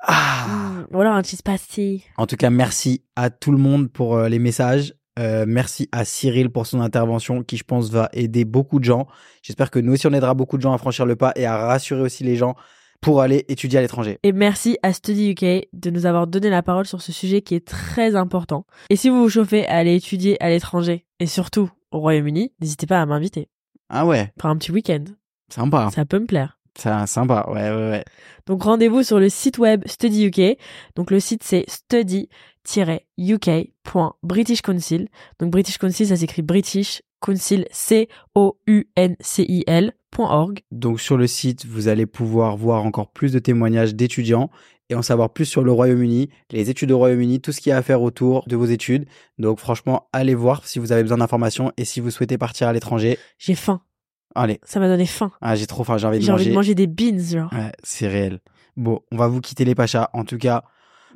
[SPEAKER 2] Ah
[SPEAKER 1] mmh. Ou alors un cheese pasty.
[SPEAKER 2] en tout cas, merci à tout le monde pour euh, les messages. Euh, merci à Cyril pour son intervention qui, je pense, va aider beaucoup de gens. J'espère que nous aussi, on aidera beaucoup de gens à franchir le pas et à rassurer aussi les gens pour aller étudier à l'étranger.
[SPEAKER 1] Et merci à Study UK de nous avoir donné la parole sur ce sujet qui est très important. Et si vous vous chauffez à aller étudier à l'étranger et surtout au Royaume-Uni, n'hésitez pas à m'inviter
[SPEAKER 2] Ah ouais,
[SPEAKER 1] pour un petit week-end.
[SPEAKER 2] sympa.
[SPEAKER 1] Ça peut me plaire.
[SPEAKER 2] Ça, sympa, ouais, ouais, ouais.
[SPEAKER 1] Donc rendez-vous sur le site web Study UK. Donc le site c'est study-uk.britishcouncil. Donc British Council ça s'écrit British Council C O U N C I L point .org.
[SPEAKER 2] Donc sur le site, vous allez pouvoir voir encore plus de témoignages d'étudiants et en savoir plus sur le Royaume-Uni, les études au Royaume-Uni, tout ce qu'il y a à faire autour de vos études. Donc franchement, allez voir si vous avez besoin d'informations et si vous souhaitez partir à l'étranger.
[SPEAKER 1] J'ai faim.
[SPEAKER 2] Allez,
[SPEAKER 1] Ça m'a donné faim.
[SPEAKER 2] ah, j'ai trop faim, j'ai envie de
[SPEAKER 1] J'ai envie
[SPEAKER 2] manger.
[SPEAKER 1] de manger des beans genre.
[SPEAKER 2] Ouais, c'est réel. Bon, on va vous quitter les pachas. En tout cas,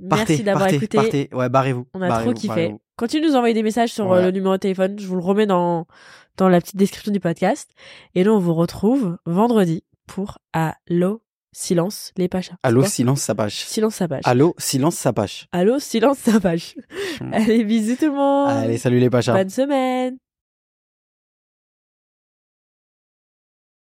[SPEAKER 2] Ah, partez,
[SPEAKER 1] Merci d'avoir
[SPEAKER 2] partez,
[SPEAKER 1] écouté.
[SPEAKER 2] partez. Ouais, barrez-vous.
[SPEAKER 1] On a
[SPEAKER 2] barrez-vous,
[SPEAKER 1] trop kiffé.
[SPEAKER 2] barrez-vous.
[SPEAKER 1] Continuez de nous envoyer des messages sur euh,
[SPEAKER 2] Ouais.
[SPEAKER 1] le numéro de téléphone. Je vous le remets dans, dans la petite description du podcast. Et nous, on vous retrouve vendredi pour Allo Silence les Pachas. C'est
[SPEAKER 2] Allô,
[SPEAKER 1] quoi
[SPEAKER 2] silence, ça pâche.
[SPEAKER 1] Silence ça page.
[SPEAKER 2] Allô, silence, ça pâche.
[SPEAKER 1] Allô, silence, ça page. Allez, bisous tout le monde.
[SPEAKER 2] Hmm. Allez, salut les pachas.
[SPEAKER 1] Bonne semaine.